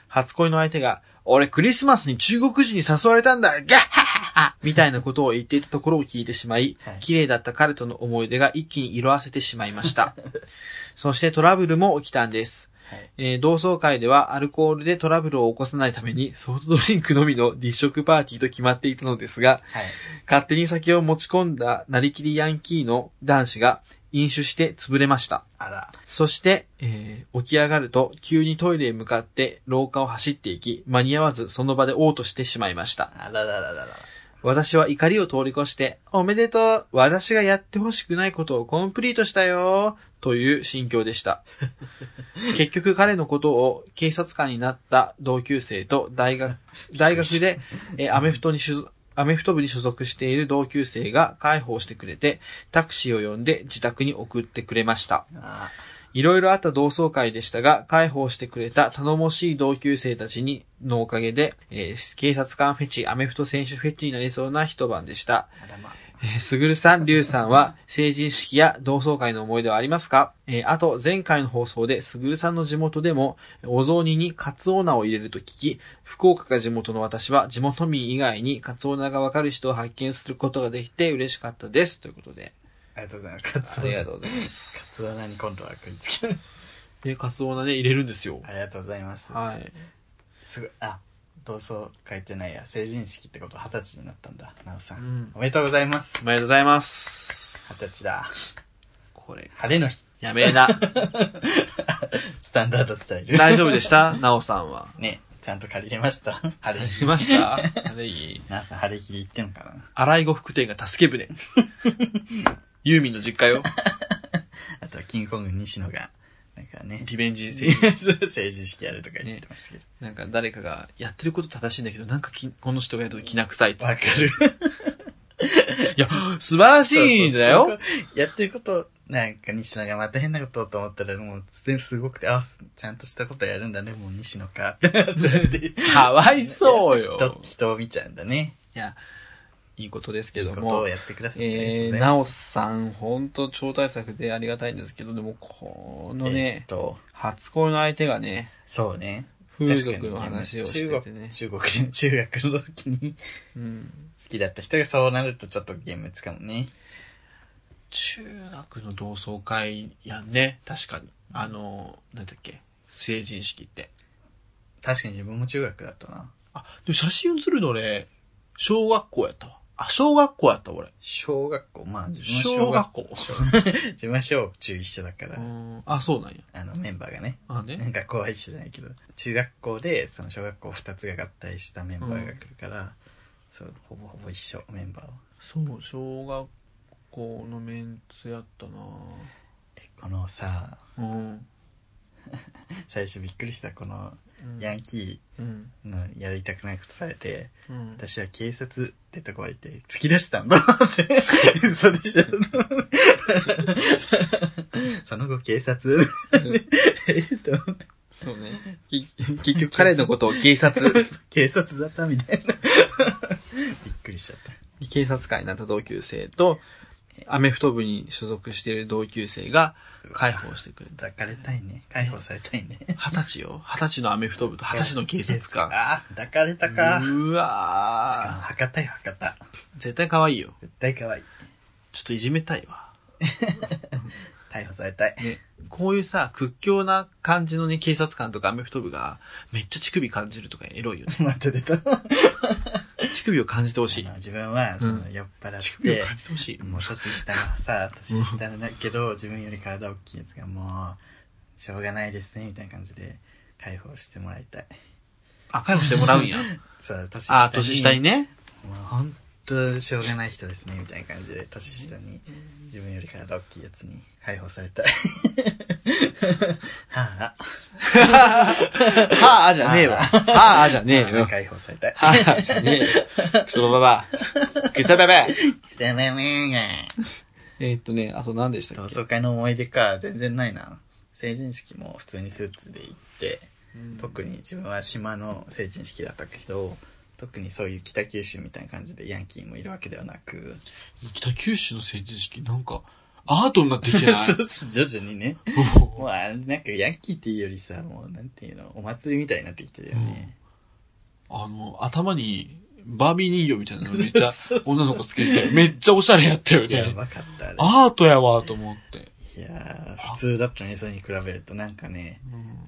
S2: 初恋の相手が、俺クリスマスに中国人に誘われたんだガッハッハッハみたいなことを言っていたところを聞いてしまい
S1: はい、
S2: 綺麗だった彼との思い出が一気に色あせてしまいました。そしてトラブルも起きたんです。
S1: はい
S2: えー同窓会ではアルコールでトラブルを起こさないためにソフトドリンクのみの立食パーティーと決まっていたのですが、
S1: はい
S2: 勝手に酒を持ち込んだなりきりヤンキーの男子が、飲酒して潰れました。
S1: あら。
S2: そして、えー起き上がると、急にトイレへ向かって廊下を走っていき、間に合わずその場で嘔吐してしまいました。
S1: あらららららら。
S2: 私は怒りを通り越して、おめでとう私がやってほしくないことをコンプリートしたよという心境でした。結局彼のことを警察官になった同級生と大学、大学で、えーアメフトに所属アメフト部に所属している同級生が介抱してくれて、タクシーを呼んで自宅に送ってくれました。
S1: あ
S2: いろいろあった同窓会でしたが、解放してくれた頼もしい同級生たちに、のおかげで、えー警察官フェチ、アメフト選手フェチになりそうな一晩でした。
S1: あらまあ。
S2: えー、すぐるさん、りゅうさんは、成人式や同窓会の思い出はありますかえーあと、前回の放送で、すぐるさんの地元でも、お雑煮にカツオナを入れると聞き、福岡が地元の私は、地元民以外にカツオナがわかる人を発見することができて嬉しかったです。ということで、
S1: ありがとうございます。カツ
S2: あ
S1: オ
S2: りが
S1: ナ。
S2: とうございます。
S1: カツオナに今度は食いつき。
S2: で、カツオナね、入れるんですよ。
S1: ありがとうございます。
S2: はい。
S1: すごい、あ、同窓会ってないや。成人式ってこと二十歳になったんだ。なおさ。
S2: うんん。
S1: おめでとうございます。
S2: おめでとうございま
S1: 二
S2: す。
S1: 十歳だ。
S2: これ。
S1: 晴れの日。
S2: やめえな。
S1: スタンダードスタイル。
S2: 大丈夫でしたなおさんは。
S1: ね、ちゃんと借りれました。晴れ
S2: 来
S1: 着。
S2: ましたあれいい。
S1: なおさん、晴れ着で行ってんのかな
S2: 洗い呉服店が助け舟。ユーミンの実家よ。
S1: あとは、キングコング西野が、なんかね、
S2: リベン ジ
S1: 成
S2: 政治。
S1: 人式やるとか言ってましたけ
S2: なんか誰かがやってること正しいんだけど、なんかきこの人がやるときな臭いっつ
S1: ど。
S2: っ
S1: わ
S2: て。
S1: かる。
S2: いや、素晴らしいんだよ。
S1: そうそうそうやってること、なんか西野がまた変なことをと思ったら、もう全然すごくて、あ、ちゃんとしたことやるんだね、もう西野か、ってなっちゃうって いう。
S2: かわいそうよ。
S1: 人、人を見ちゃうんだね。
S2: いや、いいことです
S1: い
S2: け
S1: い
S2: ど
S1: こと
S2: も
S1: を。やってくださってありがとう
S2: え
S1: ござ
S2: ー、
S1: いま
S2: なおさん、ほんと超対策でありがたいんですけど、でも、この
S1: す。
S2: ね
S1: えっ、と、
S2: 初恋の相手がね、
S1: そうね。
S2: 風俗の話をしててね。
S1: 中国、中国人、 中学の時に好
S2: うん
S1: きだった人がそうなるとちょっと厳密かもね。
S2: 中学の同窓会やんね、確かに。あの、なんだっけ、成人式って。
S1: 確かに自分も中学だったな。
S2: あ、でも写真写るのね、小学校やったわ。あ、小学校やった、俺。
S1: 小学校、まあ自分は
S2: 小学校。
S1: 自分は小中一緒だか
S2: う
S1: ら、
S2: んあ、そうなんや。
S1: あのメンバーがね、
S2: あね。
S1: 学校は一緒じゃないけど、中学校でその小学校2つが合体したメンバーが来るから、そう、ほぼほぼ一緒、メンバーは。
S2: そう、小学校のメンツやったな
S1: え、このさ、
S2: うん。
S1: 最初びっくりした、この
S2: うん
S1: ヤンキ
S2: うん。
S1: ーのやりたくないことされて、
S2: うん
S1: 私は警察ってとこまで行って突き出した んだって。嘘でしょ。その後警察。えっと、
S2: そうね。き 結局彼のことを警察、
S1: 警察だったみたいな。びっくりしちゃった。
S2: 警察官になった同級生と、アメフト部に所属している同級生が解放してくれた。
S1: 抱かれたいね。解放されたいね。
S2: 二十歳よ。二十歳のアメフト部と二十歳の警察官。
S1: ああ、抱かれたか。し
S2: う
S1: かも
S2: わ
S1: 博多よ、博多。
S2: ー絶対可愛いよ。
S1: 絶対可愛い。
S2: ちょっといじめたいわ。
S1: 逮捕されたい。
S2: ね、こういうさ、屈強な感じのね、警察官とかアメフト部が、めっちゃ乳首感じるとかエロい よね。
S1: また出た。
S2: 乳首を感じてほしい
S1: あの。自分は、その、
S2: うん
S1: 酔っ払
S2: 乳
S1: っ
S2: 首
S1: て
S2: を、感じてほしい。
S1: もう年下がさ、年下だけど、 自分より体大きいやつがもう、しょうがないですね、みたいな感じで、解放してもらいたい。
S2: あ、解放してもらうんや。
S1: そう、年下に。
S2: あ、年下にね。
S1: もう本当しょうがない人ですね、みたいな感じで、年下に、自分より体大きいやつに解放され たい。はあ、
S2: はあ、じゃねえわ。はあ、じゃねえ
S1: はあ
S2: よ。
S1: 解放されたい。
S2: はあ、じゃねえよ。クソババア。クソババア。
S1: せめめが。
S2: えーっとね、あと何でした
S1: 同
S2: っけ
S1: 窓会の思い出か、全然ないな。成人式も普通にスーツで行って、特に自分は島の成人式だったけど、特にそういう北九州みたいな感じでヤンキーもいるわけではなく、
S2: 北九州の成人式、なんか、アートになってきて ない
S1: そうそう徐々にね、もうあれなんかヤンキーっていうよりさ、もうなんていうの、お祭りみたいになってきてるよね。
S2: あの、頭に、バービー人形みたいなのめっちゃ
S1: そうそうそう
S2: 女の子つけて、めっちゃオシャレやったよ
S1: や
S2: ね。
S1: ばかった、あれ。
S2: アートやわ、と思って。
S1: いやー普通だったね、それに比べると。なんかね、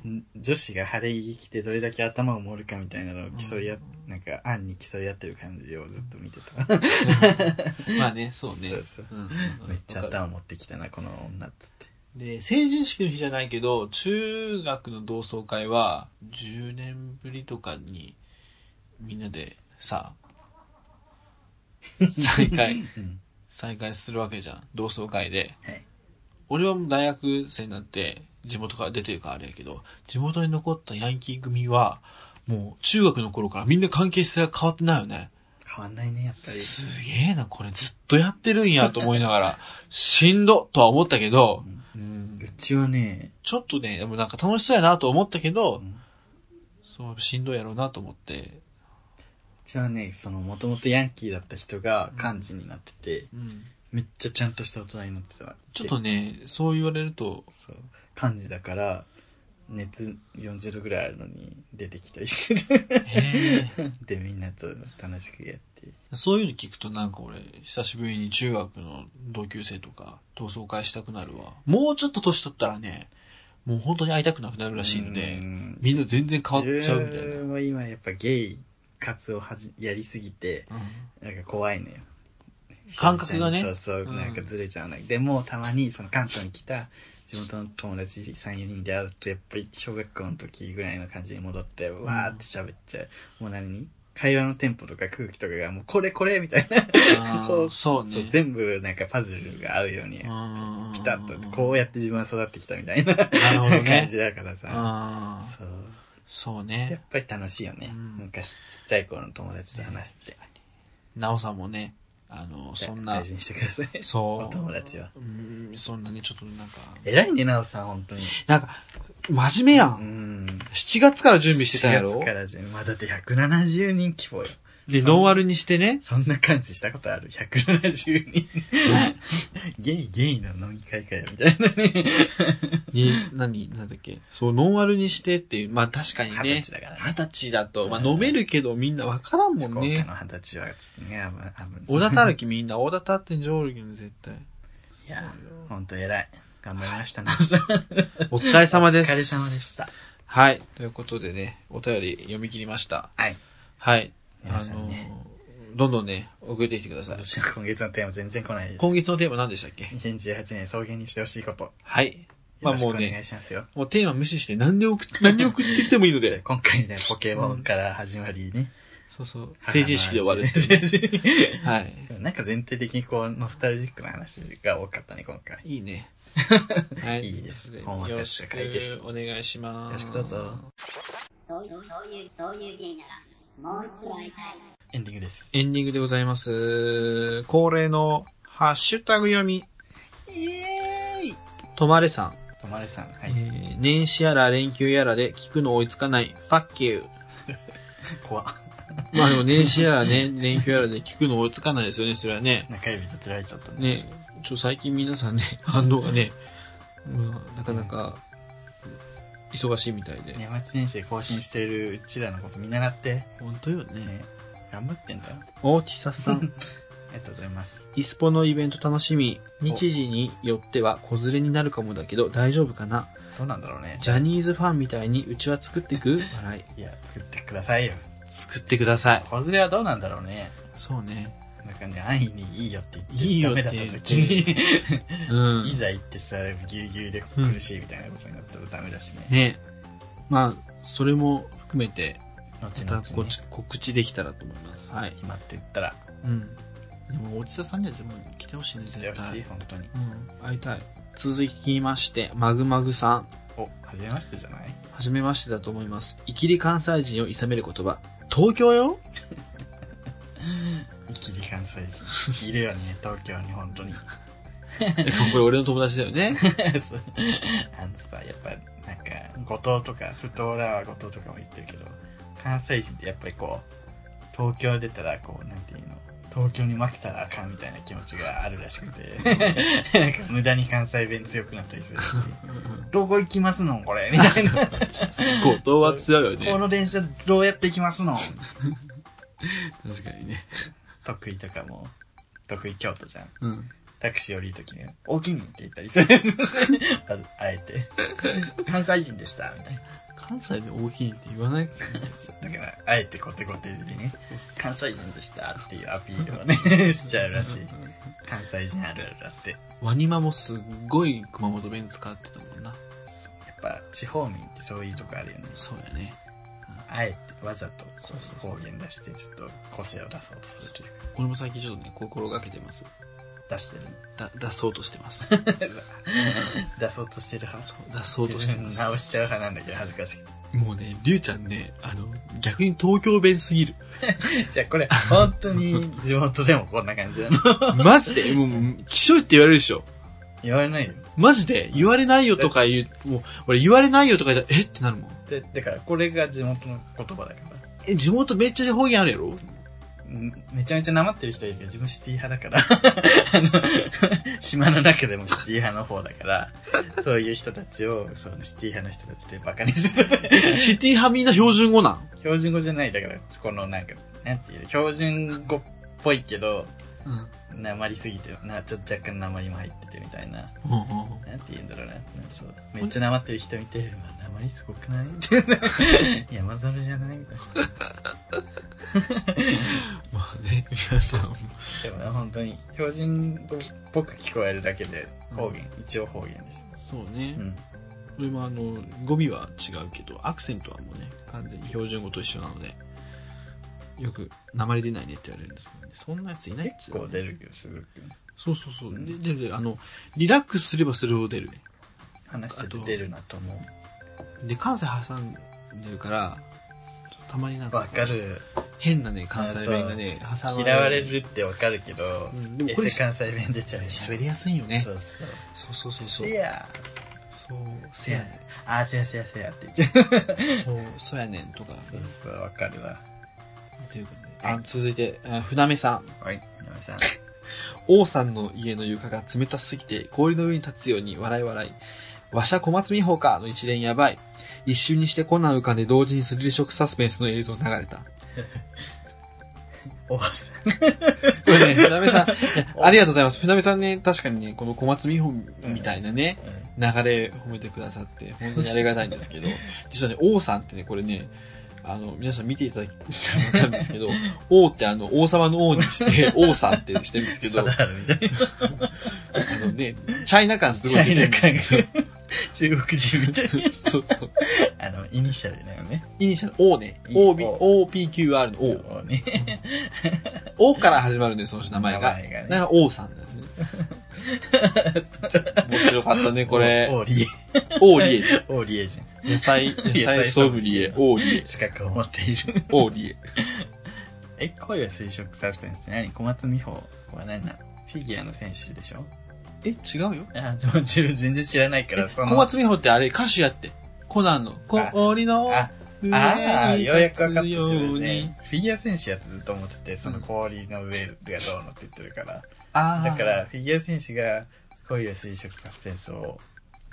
S2: うん
S1: ん女子が晴れ着着てどれだけ頭を盛るかみたいなのを競い合っ、なんか、案に競い合ってる感じをずっと見てた。
S2: まあね、そう ね。
S1: そうそう
S2: うんうん
S1: めっちゃ
S2: わかる
S1: 頭持ってきたな、この女っつって。
S2: で、成人式の日じゃないけど、中学の同窓会は、10年ぶりとかに、みんなでさ、再会、
S1: うん。
S2: 再会するわけじゃん。同窓会で。
S1: はい
S2: 俺はもう大学生になって、地元から出てるからあれやけど、地元に残ったヤンキー組は、もう中学の頃からみんな関係性が変わってないよね。
S1: 変わんないね、やっぱり。
S2: すげえな、これずっとやってるんやと思いな がら、しんどとは思ったけど、うん
S1: うちはね、
S2: ちょっとね、でもなんか楽しそうやなと思ったけど、
S1: うん
S2: そう、しんどいやろうなと思って。
S1: うちはね、その、もともとヤンキーだった人が幹事になってて、めっちゃちゃんとした大人になってたわ。
S2: ちょっと
S1: で
S2: ね、そう言われる と、
S1: そう。幹事だから、熱40度ぐらいあるのに出てきたり してる。
S2: へ
S1: で、みんなと楽しくやって。
S2: そういうの聞くとなんか俺、久しぶりに中学の同級生とか、同窓会したくなるわ。もうちょっと年取ったらね、もう本当に会いたくなくなるらしいん
S1: う
S2: で、
S1: ん
S2: みんな全然変わっちゃうみたいな。
S1: 自分は今やっぱゲイ活をはじやりすぎて、なんか怖いのよ。
S2: 感覚がね
S1: そうそう、
S2: うん
S1: なんかずれちゃうの。でもたまにその関東に来た地元の友達3、4人で会うと、やっぱり小学校の時ぐらいの感じに戻って、わーって喋っちゃう。もう何会話のテンポとか空気とかがもうこれこれみたいな。
S2: あー
S1: こ
S2: そうね。
S1: そう全部なんかパズルが合うように、
S2: うん
S1: ピタッと、こうやって自分は育ってきたみたいな
S2: なるほどね
S1: 感じだからさ。
S2: あー
S1: そう。
S2: そう
S1: やっ
S2: ね。
S1: ぱり楽しいよね。
S2: うん
S1: 昔ちっちゃい頃の友達と話して。
S2: なおさんもね、あの、そんな
S1: 大、事にしてください。
S2: そう。
S1: お友達は。
S2: うん、そんなにちょっとなんか、
S1: 偉いね、なおさん、本当に。
S2: なんか、真面目や。
S1: うんん。
S2: 7月から準備してたやろ
S1: 4月から順まあ、だって170人規模よ。
S2: で、
S1: そん
S2: ノンアルにしてね。
S1: そんな感じしたことある ?170 人。ゲイ、ゲイの飲み会かよ、みたいなね。
S2: に、何、なんだっけ。そう、ノンアルにしてっていう。まあ確かに
S1: 二
S2: ね。
S1: 十歳だから
S2: 二
S1: ね。
S2: 十歳だと、まあ飲めるけどみんなわからんも
S1: 福
S2: ん
S1: 岡
S2: ね。
S1: の二十歳はちょっとね、危ない。危
S2: 小
S1: な
S2: 田
S1: い
S2: たるき みんな、小田たってん上流の絶対。
S1: いや、ほんと偉い。頑張りました、なおさん。
S2: お疲れ様です。
S1: お疲れ様でした。
S2: はい。ということでね、お便り読み切りました。
S1: はい。
S2: はい。
S1: 皆さんね
S2: あの、どんどんね、送ってきてください。
S1: 私の今月のテーマ全然来ないです。
S2: 今月のテーマ何でしたっけ
S1: 2018年草原にしてほしいこと。
S2: はい。
S1: よ
S2: まあ
S1: ろし
S2: も
S1: く
S2: う
S1: お願
S2: ね
S1: い、しますよ。
S2: もうテーマ無視して何で送っ何で送ってきてもいいの
S1: で
S2: で。
S1: 今回みたいなポケモンから始まりね。
S2: そうそう。成人式で終わるっていうね。
S1: 成人式
S2: はい。
S1: なんか全体的にこう、ノスタルジックな話が多かったね、今回。
S2: いいね。 はい
S1: いいです
S2: とう
S1: ほん
S2: こ
S1: わ
S2: とよ
S1: か
S2: ろ
S1: し
S2: したく
S1: 回です
S2: お願いします。
S1: よろしくどうぞ。
S3: そういう、そういう、そういう芸なら、もう一度会いたい。
S1: エンディングです。
S2: エンディングでございます。恒例のハッシュタグ読み。とまれさん、
S1: とまれさん、は
S2: え
S1: い。
S2: ー年始やら連休やらで聞くの追いつかない。ファッキュー。
S1: 怖っ
S2: まあでも年始やらね、 連休やらで聞くの追いつかないですよね、それはね。
S1: 中指立てられちゃったね。
S2: ね、ちょ最近皆さんね、 反応がね、まあ、なかなか忙しいみたいで。
S1: 年末年始で更新しているうちらのこと見習って、
S2: 本当よね。
S1: ね、頑張ってんだよ。
S2: おちささ ん、
S1: ありがとうございます。
S2: イスポのイベント楽しみ。日時によっては子連れになるかもだけど大丈夫かな。
S1: どうなんだろうね。
S2: ジャニーズファンみたいにうちは作ってく笑
S1: いや、作ってくださいよ。
S2: い。作ってください。
S1: 子連れはどうなんだろうね。
S2: そうね。
S1: なんかね、安易にいいよって言って、
S2: いいよって
S1: ダメ
S2: 言
S1: だ
S2: っ
S1: った
S2: て
S1: 時に、
S2: うん。
S1: いざ行ってさ、ぎゅうぎゅうで苦しいみたいなことになったらダメだしね。
S2: ね。まあ、それも含めて、
S1: 後
S2: ま
S1: 々
S2: たこ
S1: ね
S2: ち、告知できたらと思います。はい。
S1: 決まってったら、
S2: うん。でも、おちささんには全部来てほしいね、絶
S1: 来て
S2: 対。
S1: ほしい、本当に。
S2: うん、会いたい。続きまして、マグマグさん。
S1: お、初めましてじゃない
S2: はじめましてだと思います。いきり関西人をいさめる言葉。東京 よ
S1: イキリ関西 人。いるよね、東京に本当 に。
S2: これ俺の友達だよね。
S1: そうあのさ、やっぱ、なんか、後藤とか、ふと俺は後藤とかも言ってるけど、関西人ってやっぱりこう、東京出たら、こう、なんていうの、東京に負けたらあかんみたいな気持ちがあるらしく て、なんか無駄に関西弁強くなったりするし、どこ行きますのこれみたいな。
S2: 後藤は強いよ
S1: こ
S2: ね。
S1: の電車どうやって行きますの
S2: 確かにね。
S1: 得意とかも、得意京都じゃん。
S2: うん。
S1: タクシー降りるときに、 お気に入りって言ったりする。まず、あえて。関西人でした、みたいな。
S2: 関西で大きいって言わないからね
S1: そうだから、あえてコテコテでね、関西人でしたっていうアピールをね、 しちゃうらしい。関西人あるあるだって。や
S2: ワニマもすっごい熊本弁使ってたもんな。
S1: っぱ、地方民ってそういうとこあるよね。
S2: そうやね。
S1: あえて、わざと
S2: そうそうそう
S1: 方言出して、ちょっと個性を出そうとするというか、
S2: これも最近ちょっとね、心がけてます。
S1: 出 してる。
S2: だ、出そうとして ます。
S1: 出そうとしてる派。
S2: そう出そうとしてま
S1: 自
S2: す。
S1: 分直しちゃう派なんだけど、恥ずかしくて。
S2: もうね、りゅうちゃんね、あの、逆に東京弁すぎる。
S1: じゃあこれ、本当に地元でもこんな感じなの
S2: マジで、もうもう、きしょいって言われるでしょ。
S1: 言われないよ。
S2: マジで、言われないよとか言う、もう、俺言われないよとか言ったら、えってなるもん。
S1: で、だからこれが地元の言葉だから。
S2: え、地元めっちゃ方言あるやろ
S1: んめちゃめちゃなまってる人いるけど、自分シティ派だから。 あの、島の中でもシティ派の方だから、そういう人たちを、そのシティ派の人たちでバカにする。
S2: シティ派みんな標準語なん
S1: 標準語じゃない、だから、このなんか、なんていうの、標準語っぽいけど、
S2: うん。うん
S1: なまりすぎて、な、ちょっと若干なまりも入っててみたいな。
S2: うんうん。
S1: なんて言うんだろうな。なんかそうめっちゃなまってる人見て、まあ、なまりすごくないみたいな。山猿じゃないみたいな。
S2: まあね、皆さんも。
S1: でもね、本当に、標準語っぽく聞こえるだけで、方言、一応方言です。
S2: そうね
S1: う。ん。
S2: 俺もあの、語尾は違うけど、アクセントはもうね、完全に標準語と一緒なので、よく、鉛出ないねって言われるんですけどね、そんなやついないっつ
S1: 結構出るけど、すごく。
S2: そうそうそうう。
S1: ん
S2: で、で、であの、リラックスすればするほど出るね。
S1: 話して
S2: あと
S1: て出るなと思う。
S2: で、関西挟んでるから、ちょっとたまになん
S1: わ
S2: か、
S1: かる。
S2: 変なね、関西弁がね、挟ま
S1: 嫌われ。るってわかるけど
S2: う、ん、でも
S1: エ
S2: これ、
S1: セ関西弁出ちゃうし。
S2: 喋りやすいよね
S1: そ。うそう。
S2: そうそうそうそう
S1: せ。や
S2: そう、せやね
S1: あー、せやせやせやって言っちゃう。
S2: ん。そう、そうやねんとか。
S1: そうそう、わかるわ。
S2: ということであ続いて、あ船目さん。
S1: はい、井上さん。
S2: 王さんの家の床が冷たすぎて氷の上に立つように笑い笑い。わしゃ小松美穂かの一連やばい。一瞬にしてコナン浮かんで同時にスリルショックサスペンスの映像流れた。
S1: おさん。
S2: これね、船目さ ん、いやありがとうございます。船目さんね、確かにね、この小松美穂みたいなね、流れ褒めてくださって、本当にありがたいんですけど、 実はね、王さんってね、これね、あの、皆さん見ていただきたらわかるんですけ ど、王ってあの、王様の王に して、王さんってしてるんですけど、あ
S1: 貞治みたいな。
S2: のね、チャイナ感す
S1: チ
S2: ごい
S1: ャ
S2: 出
S1: イ
S2: てる
S1: ナ
S2: んです
S1: 感
S2: けど
S1: が、中国人みたい
S2: そうそう。
S1: な。あの、イニシャルだよね。
S2: イニシャル O ね。
S1: いい
S2: O, B, O, P, Q, R の O。
S1: おね。
S2: O から始まるんです、その人名前が。
S1: 名前がね
S2: なんか O さんですね。面白かった ね、これ。
S1: オーリエ。
S2: O リエ。
S1: オーリエじゃん。
S2: 野菜、 野菜ソムリエ、O リエ、
S1: 資格を持っている。
S2: O リエ。
S1: え、恋は推食サスペンスって何小松美穂は何なのフィギュアの選手でしょ
S2: え、違うよ。
S1: あ、でも自分全然知らないか
S2: え
S1: ら、そ
S2: 小
S1: の。
S2: 松美穂ってあれ歌手やって。コナンの、氷の
S1: あ、
S2: 上に
S1: ああ、ようやく分かった
S2: 立
S1: 自
S2: つよう
S1: 分
S2: に
S1: ね。。フィギュア選手やってずっと思ってて、その氷の上がどうのって言ってるから。
S2: ああ。
S1: だか、ら、フィギュア選手が恋は推食サスペンスを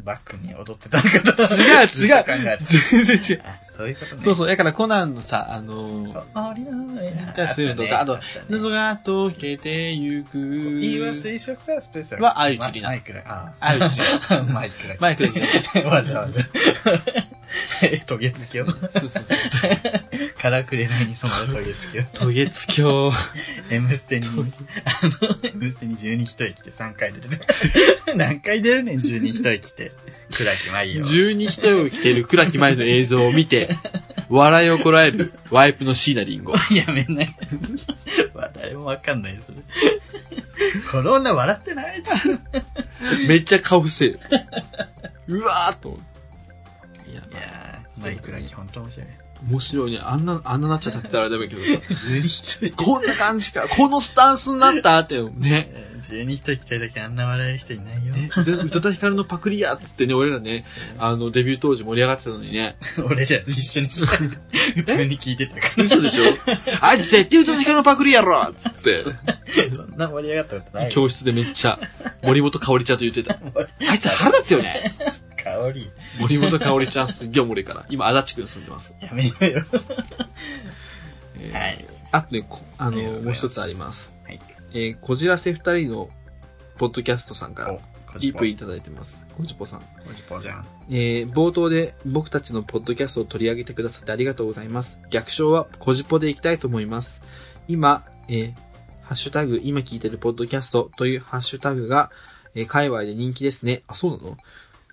S1: バックに踊ってたのかと。
S2: 違う違う
S1: ずっと考えて
S2: 全然違う。
S1: たあ、そういうことね。
S2: そうそう、だからコナンのさ、あのー、
S1: 氷の上に
S2: 立つようにとか、あと、謎が溶けてゆく。
S1: いいわ、推食サスペンス
S2: は相内里奈
S1: マイクラ。あ
S2: あうち
S1: あ、マイクラ。
S2: マイクで。
S1: わざわ ざ。え、トゲつきを。
S2: そうそうそう。
S1: カラクレラに染まるトゲつき を。
S2: 渡月橋。
S1: M ステに、あの、M ステに12一駅で3回出てる。何回出るねん、12一駅って。暗きまいよ。
S2: 十二人を着ている倉木前の映像を見て、笑いをこらえるワイプの椎名林檎。
S1: やめない。まあ誰もわかんないよ、それ。この女笑ってない
S2: めっちゃ顔伏せる。うわーっと思って。いや、
S1: いやー、マイクラき本当面白い。
S2: 面白いね。あんな、あんななっちゃったって言ったらあれだけどさ、
S1: 12一駅。
S2: こんな感じか。このスタンスになったってね。
S1: 12一駅というだけあんな笑える人いないよ。
S2: ねで宇多田ヒカルのパクリやっつってね、俺らね、あの、デビュー当時盛り上がってたのにね。
S1: 俺ら一緒に して、普通に聞いてたか
S2: 嘘でし ょあいつ絶対宇多田ヒカルのパクリやろっつって。
S1: ら、そんな盛り上がったことない。
S2: 教室でめっちゃ、森本香織ちゃんと言ってた。あいつ腹立つよね。
S1: 香り、
S2: 森本香織ちゃんすっげえおもろいから。今、足立区に住んでます。
S1: やめようよ。
S2: えー
S1: はい。
S2: あとね、こあ
S1: ありがと
S2: の、
S1: うござい
S2: もう
S1: ます
S2: 一つあります。
S1: はい。
S2: えーこじらせ二人の、ポッドキャストさんから。
S1: お
S2: ディープいただいてます。コジポさん。
S1: おじぽじゃん。
S2: えー冒頭で僕たちのポッドキャストを取り上げてくださってありがとうございます。略称はコジポでいきたいと思います。今、えーハッシュタグ、今聞いてるポッドキャストというハッシュタグが、えー界隈で人気ですね。あ、そうなの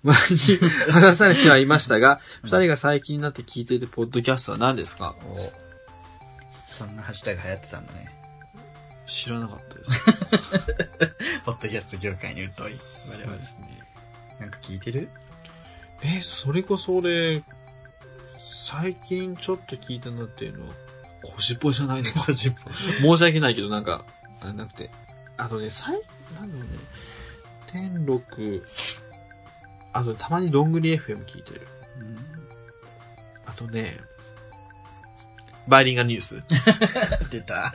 S2: 前に話されてはいました が、二人が最近になって聞いてるポッドキャストは何ですか
S1: おそんなハッシュタグ流行ってたんだね。
S2: 知らなかった です。
S1: ポッドキャスト業界に疎い。我々
S2: すね。
S1: なんか聞いてる
S2: え、それこそ俺、最近ちょっと聞いたなっていうのは、コジポじゃない のか
S1: おじぽ。
S2: 申し訳ないけど、なんか、あれなくて。あのね、最、なんだろうね。天禄、あとたまにどんぐり FM 聞いてる。あとね、バイリンガルニュー ス。
S1: 出た。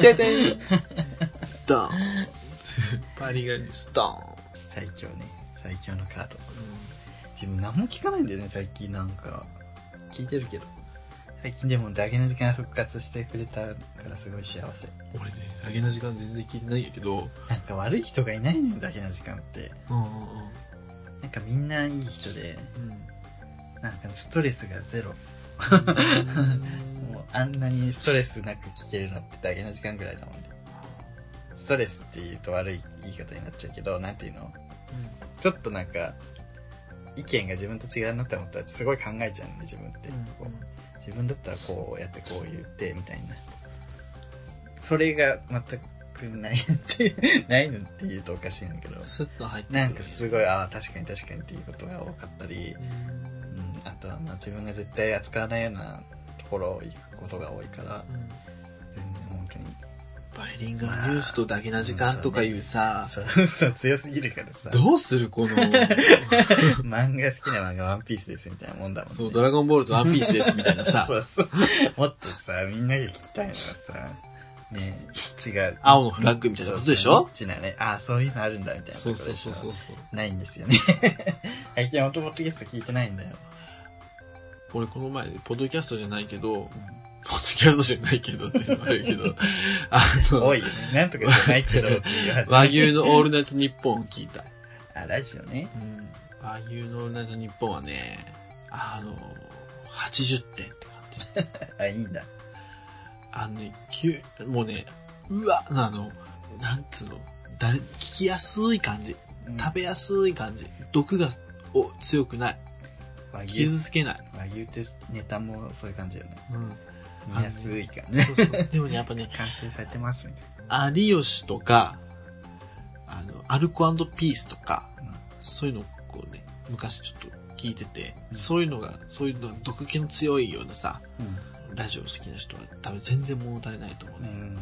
S2: ててんドンバイリンガルニュース、ドン
S1: 最強ね。最強のカード。自分何も聞かないんだよね、最近なんか。聞いてるけど。最近でもダゲの時間復活してくれたからすごい幸せ。
S2: 俺ね、だけの時間全然聞いてないんやけど、
S1: なんか悪い人がいないのよ、ダゲの時間って。
S2: うんうん
S1: なんかみんないい人で、なんかストレスがゼロ。
S2: うん。
S1: もうあんなにストレスなく聞けるのってだけの時間ぐらいだもんね。ストレスって言うと悪い言い方になっちゃうけど、なんていうのちょっとなんか、意見が自分と違うなって思ったらすごい考えちゃうんで自分って、こう自分だったらこうやってこう言ってみたいな。それが全くないって、ないのって言うとおかしいんだけど。
S2: スッと入ってくる
S1: なんかすごい、ああ、確かに確かにっていうことが多かったり、
S2: う
S1: う
S2: ん
S1: ん、あとはまあ自分が絶対扱わないようなところを行くことが多いから、
S2: うん
S1: 全然本当に
S2: バイリンガルニュースとだけな時間とかいうさ、
S1: そうそう強すぎるからさ
S2: どうする この、
S1: 漫画好きな漫画「ワンピースですみたいなもんだもんね
S2: そう、ドラゴンボールとワンピースですみたいなさ、
S1: そうそうもっとさみんなで聞きたいのはさねえ違う
S2: 青のフラッグみたいなことでしょ
S1: そうそうニッチなねああそういうのあるんだみたいな
S2: そう
S1: とこ
S2: そ
S1: ろ
S2: う
S1: でし
S2: そ
S1: ょ
S2: うそう。
S1: ないんですよね 最近はポッドキャスト聞いてないんだよ
S2: 俺この前、ポッドキャストじゃないけど、ポッドキャストじゃないけどって言われるけ ど、あ
S1: 多
S2: の、
S1: いよねなんとかじゃないけどっていう話
S2: 和牛のオールナイトニッポンを聞いた。
S1: あラジオね
S2: うん、和牛のオールナイトニッポンはね、あの、80点って感じ。
S1: あいいんだ
S2: あのね、きゅもうね、うわ、あの、なんつうの、誰、聞きやすい感じ。
S1: うん
S2: 食べやすい感じ毒がお強くない
S1: 和牛
S2: 傷つけない、
S1: 和牛ってネタもそういう感じよね
S2: うん、
S1: 見やすい感じ
S2: そうそう でもねやっぱね
S1: 完成されてますみたい
S2: 有吉とかあのアルコピースとか、
S1: うん
S2: そういうのをこうね昔ちょっと聞いてて、
S1: うん
S2: そういうのがそういうの毒気の強いようなさ
S1: な
S2: ラジオ好きな人は多分全然物足りないと思う
S1: う
S2: ね、
S1: ん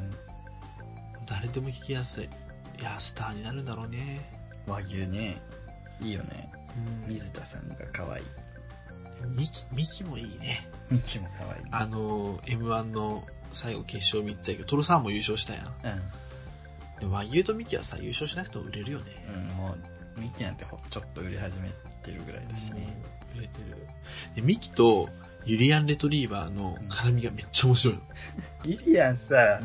S2: 誰でも聞きやすいいやスターになるんだろうね
S1: 和牛ねいいよね
S2: うん
S1: 水田さんが可愛い
S2: ミキミキもいいね
S1: ミキも可愛い
S2: あの m 1の最後決勝3つやけどトロさんも優勝したやんでも和牛とミキはさ優勝しなくても売れるよね、
S1: うん、うん、もうミキなんてほちょっと売れ始めてるぐらいだしね、
S2: 売れてるでミキとユリアン・レトリーバーの絡みがめっちゃ面白いの、
S1: リリアンさ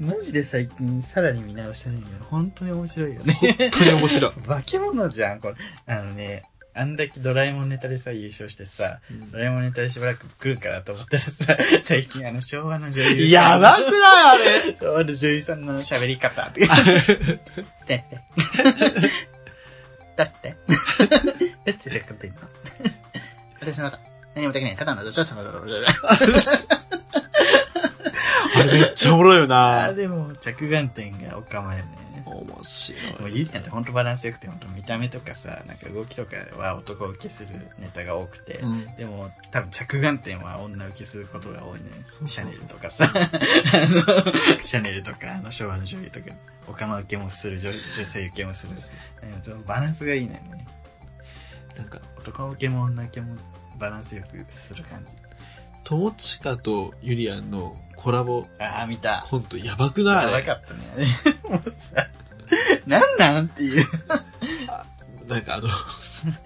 S2: 本
S1: マジで最近さらに見直してるんだけど本当に面白いよね
S2: 当に面白い、
S1: 化け物じゃんこれあのねあんだけドラえもんネタでさ優勝してさドラえもんネタでしばらく来るかなと思ったら さ最近あの昭和の女優さん
S2: やばくないあれ
S1: 昭和の女優さんの喋り方とか出して出 して出してせっかく今私まだ何もできないただの女優さんの
S2: あれめっちゃおもろいよ
S1: あ
S2: な
S1: でも着眼点がおかまよね
S2: 面白
S1: もう
S2: い
S1: ゆりやんって本当バランス良くて本当見た目とかさなんか動きとかは男受けするネタが多くて、
S2: うん
S1: でも多分着眼点は女受けすることが多いね
S2: そうそうそう
S1: シャネルとか さあのシャネルとかあの昭和の女優とかおかま受けもする女女性受けもするうんそのバランスがいいのよね
S2: なんか
S1: 男受けも女受けもバランスよくする感じ
S2: 友近とユリアンのコラボ
S1: ああ見た
S2: コントやばくない
S1: や
S2: あ
S1: ば
S2: れ
S1: かったねあれもうさなんなんっていう
S2: なんかあの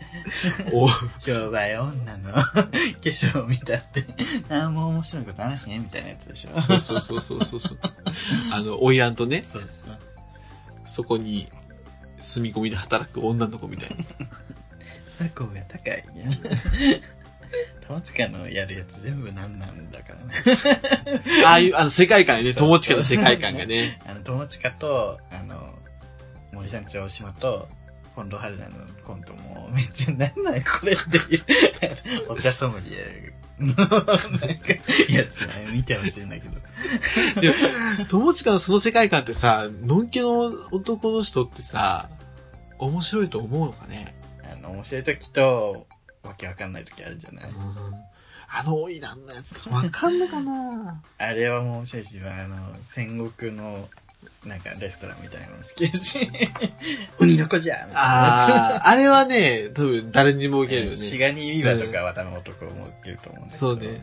S2: お
S1: 商売女の 化粧を見たって何も面白いことあらへんみたいなやつでしょ
S2: そうそうそうそうそうそうあの花魁とね
S1: そうそう
S2: そこに、住み込みで働く女の子みたいな。
S1: 雑魚が高いね。友近のやるやつ全部なんなんだからね。
S2: ああいう、あの、世界観ね、
S1: そう
S2: 友近の世界観がね。
S1: あの、友近と、あの、森さんち大島と、近藤春菜のコントも、めっちゃ、なんなんこれっていう、お茶ソムリエの、なんか、やつね、見てほしいんだけど。
S2: でも、友近のその世界観ってさ、のんけの男の人ってさ、面白いと思うのかね。
S1: あの、面白い時と、わけわかんない時あるじゃない。
S2: あの、花魁のやつとかわかんのかな
S1: あれはもう面白いし、まああの、戦国の、なんかレストランみたいなのも好きだ し、鬼の子じゃみたいな
S2: ああ、あれはね、多分誰にも受けるよ
S1: シ
S2: ね。
S1: ガニービバとかは多分男も受けると思うんだけど。
S2: そうね。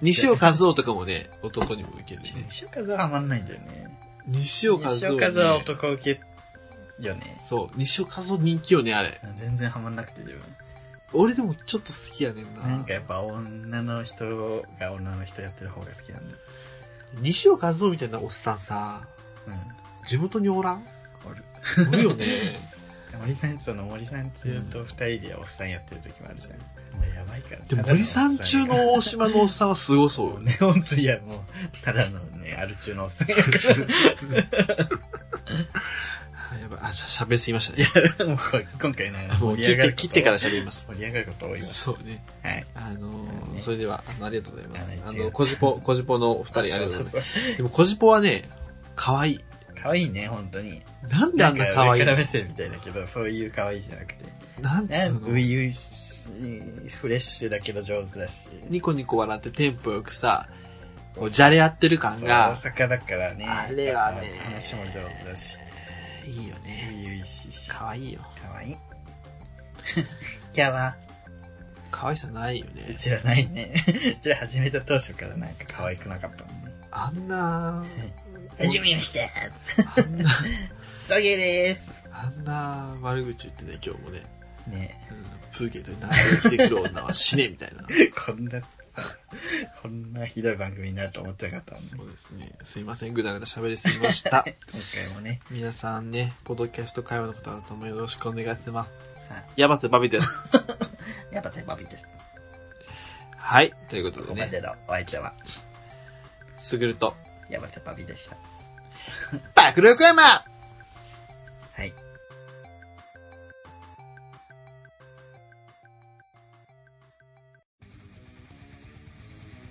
S2: 西尾和夫とかもね、男にも受けるね。
S1: 西岡はハマんないんだよね。
S2: 西尾和夫、ね。
S1: 西岡は男受けよね。
S2: そう、西尾和夫人気よね、あれ。
S1: 全然ハマんなくて自分。
S2: 俺でもちょっと好きやねんな。
S1: なんかやっぱ女の人が女の人やってる方が好きなんだ。
S2: 西尾和夫みたいなおっさんさ、
S1: う
S2: 地元におらん
S1: ん。おる。
S2: おる よね。
S1: 森さん、その森さん中と二人でおっさんやってる時もあるじゃん。もうやばいから。
S2: でも森さん中の大島のおっさんはすごそうよね。
S1: ね、本当にいや、もう、ただのね、アル中のおっさんやから。
S2: あやばい、あ、しゃしゃべりすぎましたね。
S1: もう、今回ね、
S2: も
S1: 盛
S2: う
S1: り
S2: 切
S1: 上
S2: っ
S1: がるこ
S2: て、
S1: と
S2: 切ってから喋ります。
S1: 盛り上がること多いわ。
S2: そうね。
S1: はい。
S2: あのー
S1: ね
S2: それでは、あの、ありがとうございます
S1: あの。
S2: あ
S1: 一応
S2: の、コジポ、コジポのお二人ありがとうございます。
S1: そうそう
S2: でも、コジポはね、可愛い
S1: そう可愛いね、本当に。
S2: なんであんな可愛
S1: なん
S2: い
S1: か上から
S2: の
S1: 目線みたいだけど、そういう可愛いじゃなくて。
S2: なん
S1: ね
S2: つう、の
S1: 初々しい、フレッシュだけど上手だし。
S2: ニコニコ笑ってテンポよくさ、こうじゃれ合ってる感
S1: そう
S2: が、
S1: 大阪だからね。
S2: あれはね
S1: 話も上手だし。
S2: いいよね。
S1: 初々しいし。
S2: 可愛いよ。
S1: 可愛いい。 キャワ
S2: 可愛さないよ
S1: う
S2: ね。
S1: ちらないね。 うちら始めた当初からなんか可愛くなかったもんね。
S2: あんな、
S1: 始めました
S2: あんな、
S1: そげです
S2: あんな悪口言ってね、今日もね。
S1: ね
S2: うんプーケットに男性が来てくる女は死ね、みたいな。
S1: こんな、こんなひどい番組になると思ってなかったもんね。
S2: そうですね。すいません。ぐだぐだ喋りすぎました。
S1: 今回もね。
S2: 皆さんね、ポッドキャスト会話の方々ともよろしくお願いします
S1: はい。
S2: やばせばびです。
S1: やっぱ手バビてる。
S2: はい。ということ
S1: ここ
S2: で
S1: まで
S2: ね、
S1: のお相手は、
S2: すぐると、
S1: やば手バビでした。
S2: 爆力山
S1: はい。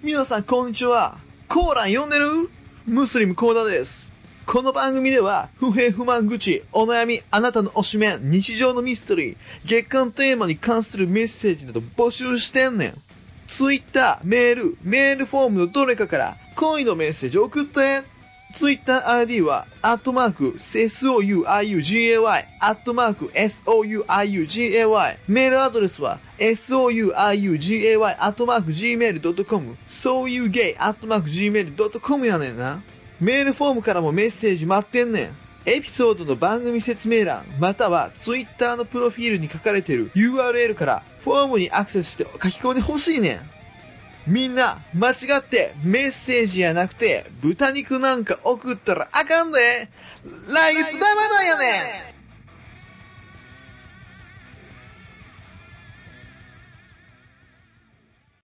S4: 皆さんこんにちは。コーラン読んでるムスリムコーダです。この番組では、不平不満愚痴、お悩み、あなたの推しメン、日常のミステリー、月間テーマに関するメッセージなど募集してんねん。ツイッター、メール、メールフォームのどれかから恋のメッセージを送って。ツイッター ID は、アットマーク、souiugay、アットマーク、souiugay。メールアドレスは、souiugay、アットマーク、gmail.com、sougay、アットマーク、gmail.com やねんな。メールフォームからもメッセージ待ってんねん。エピソードの番組説明欄、またはツイッターのプロフィールに書かれている URL から、フォームにアクセスして書き込んでほしいねん。みんな、間違って、メッセージやなくて、豚肉なんか送ったらあかんで来月生だよね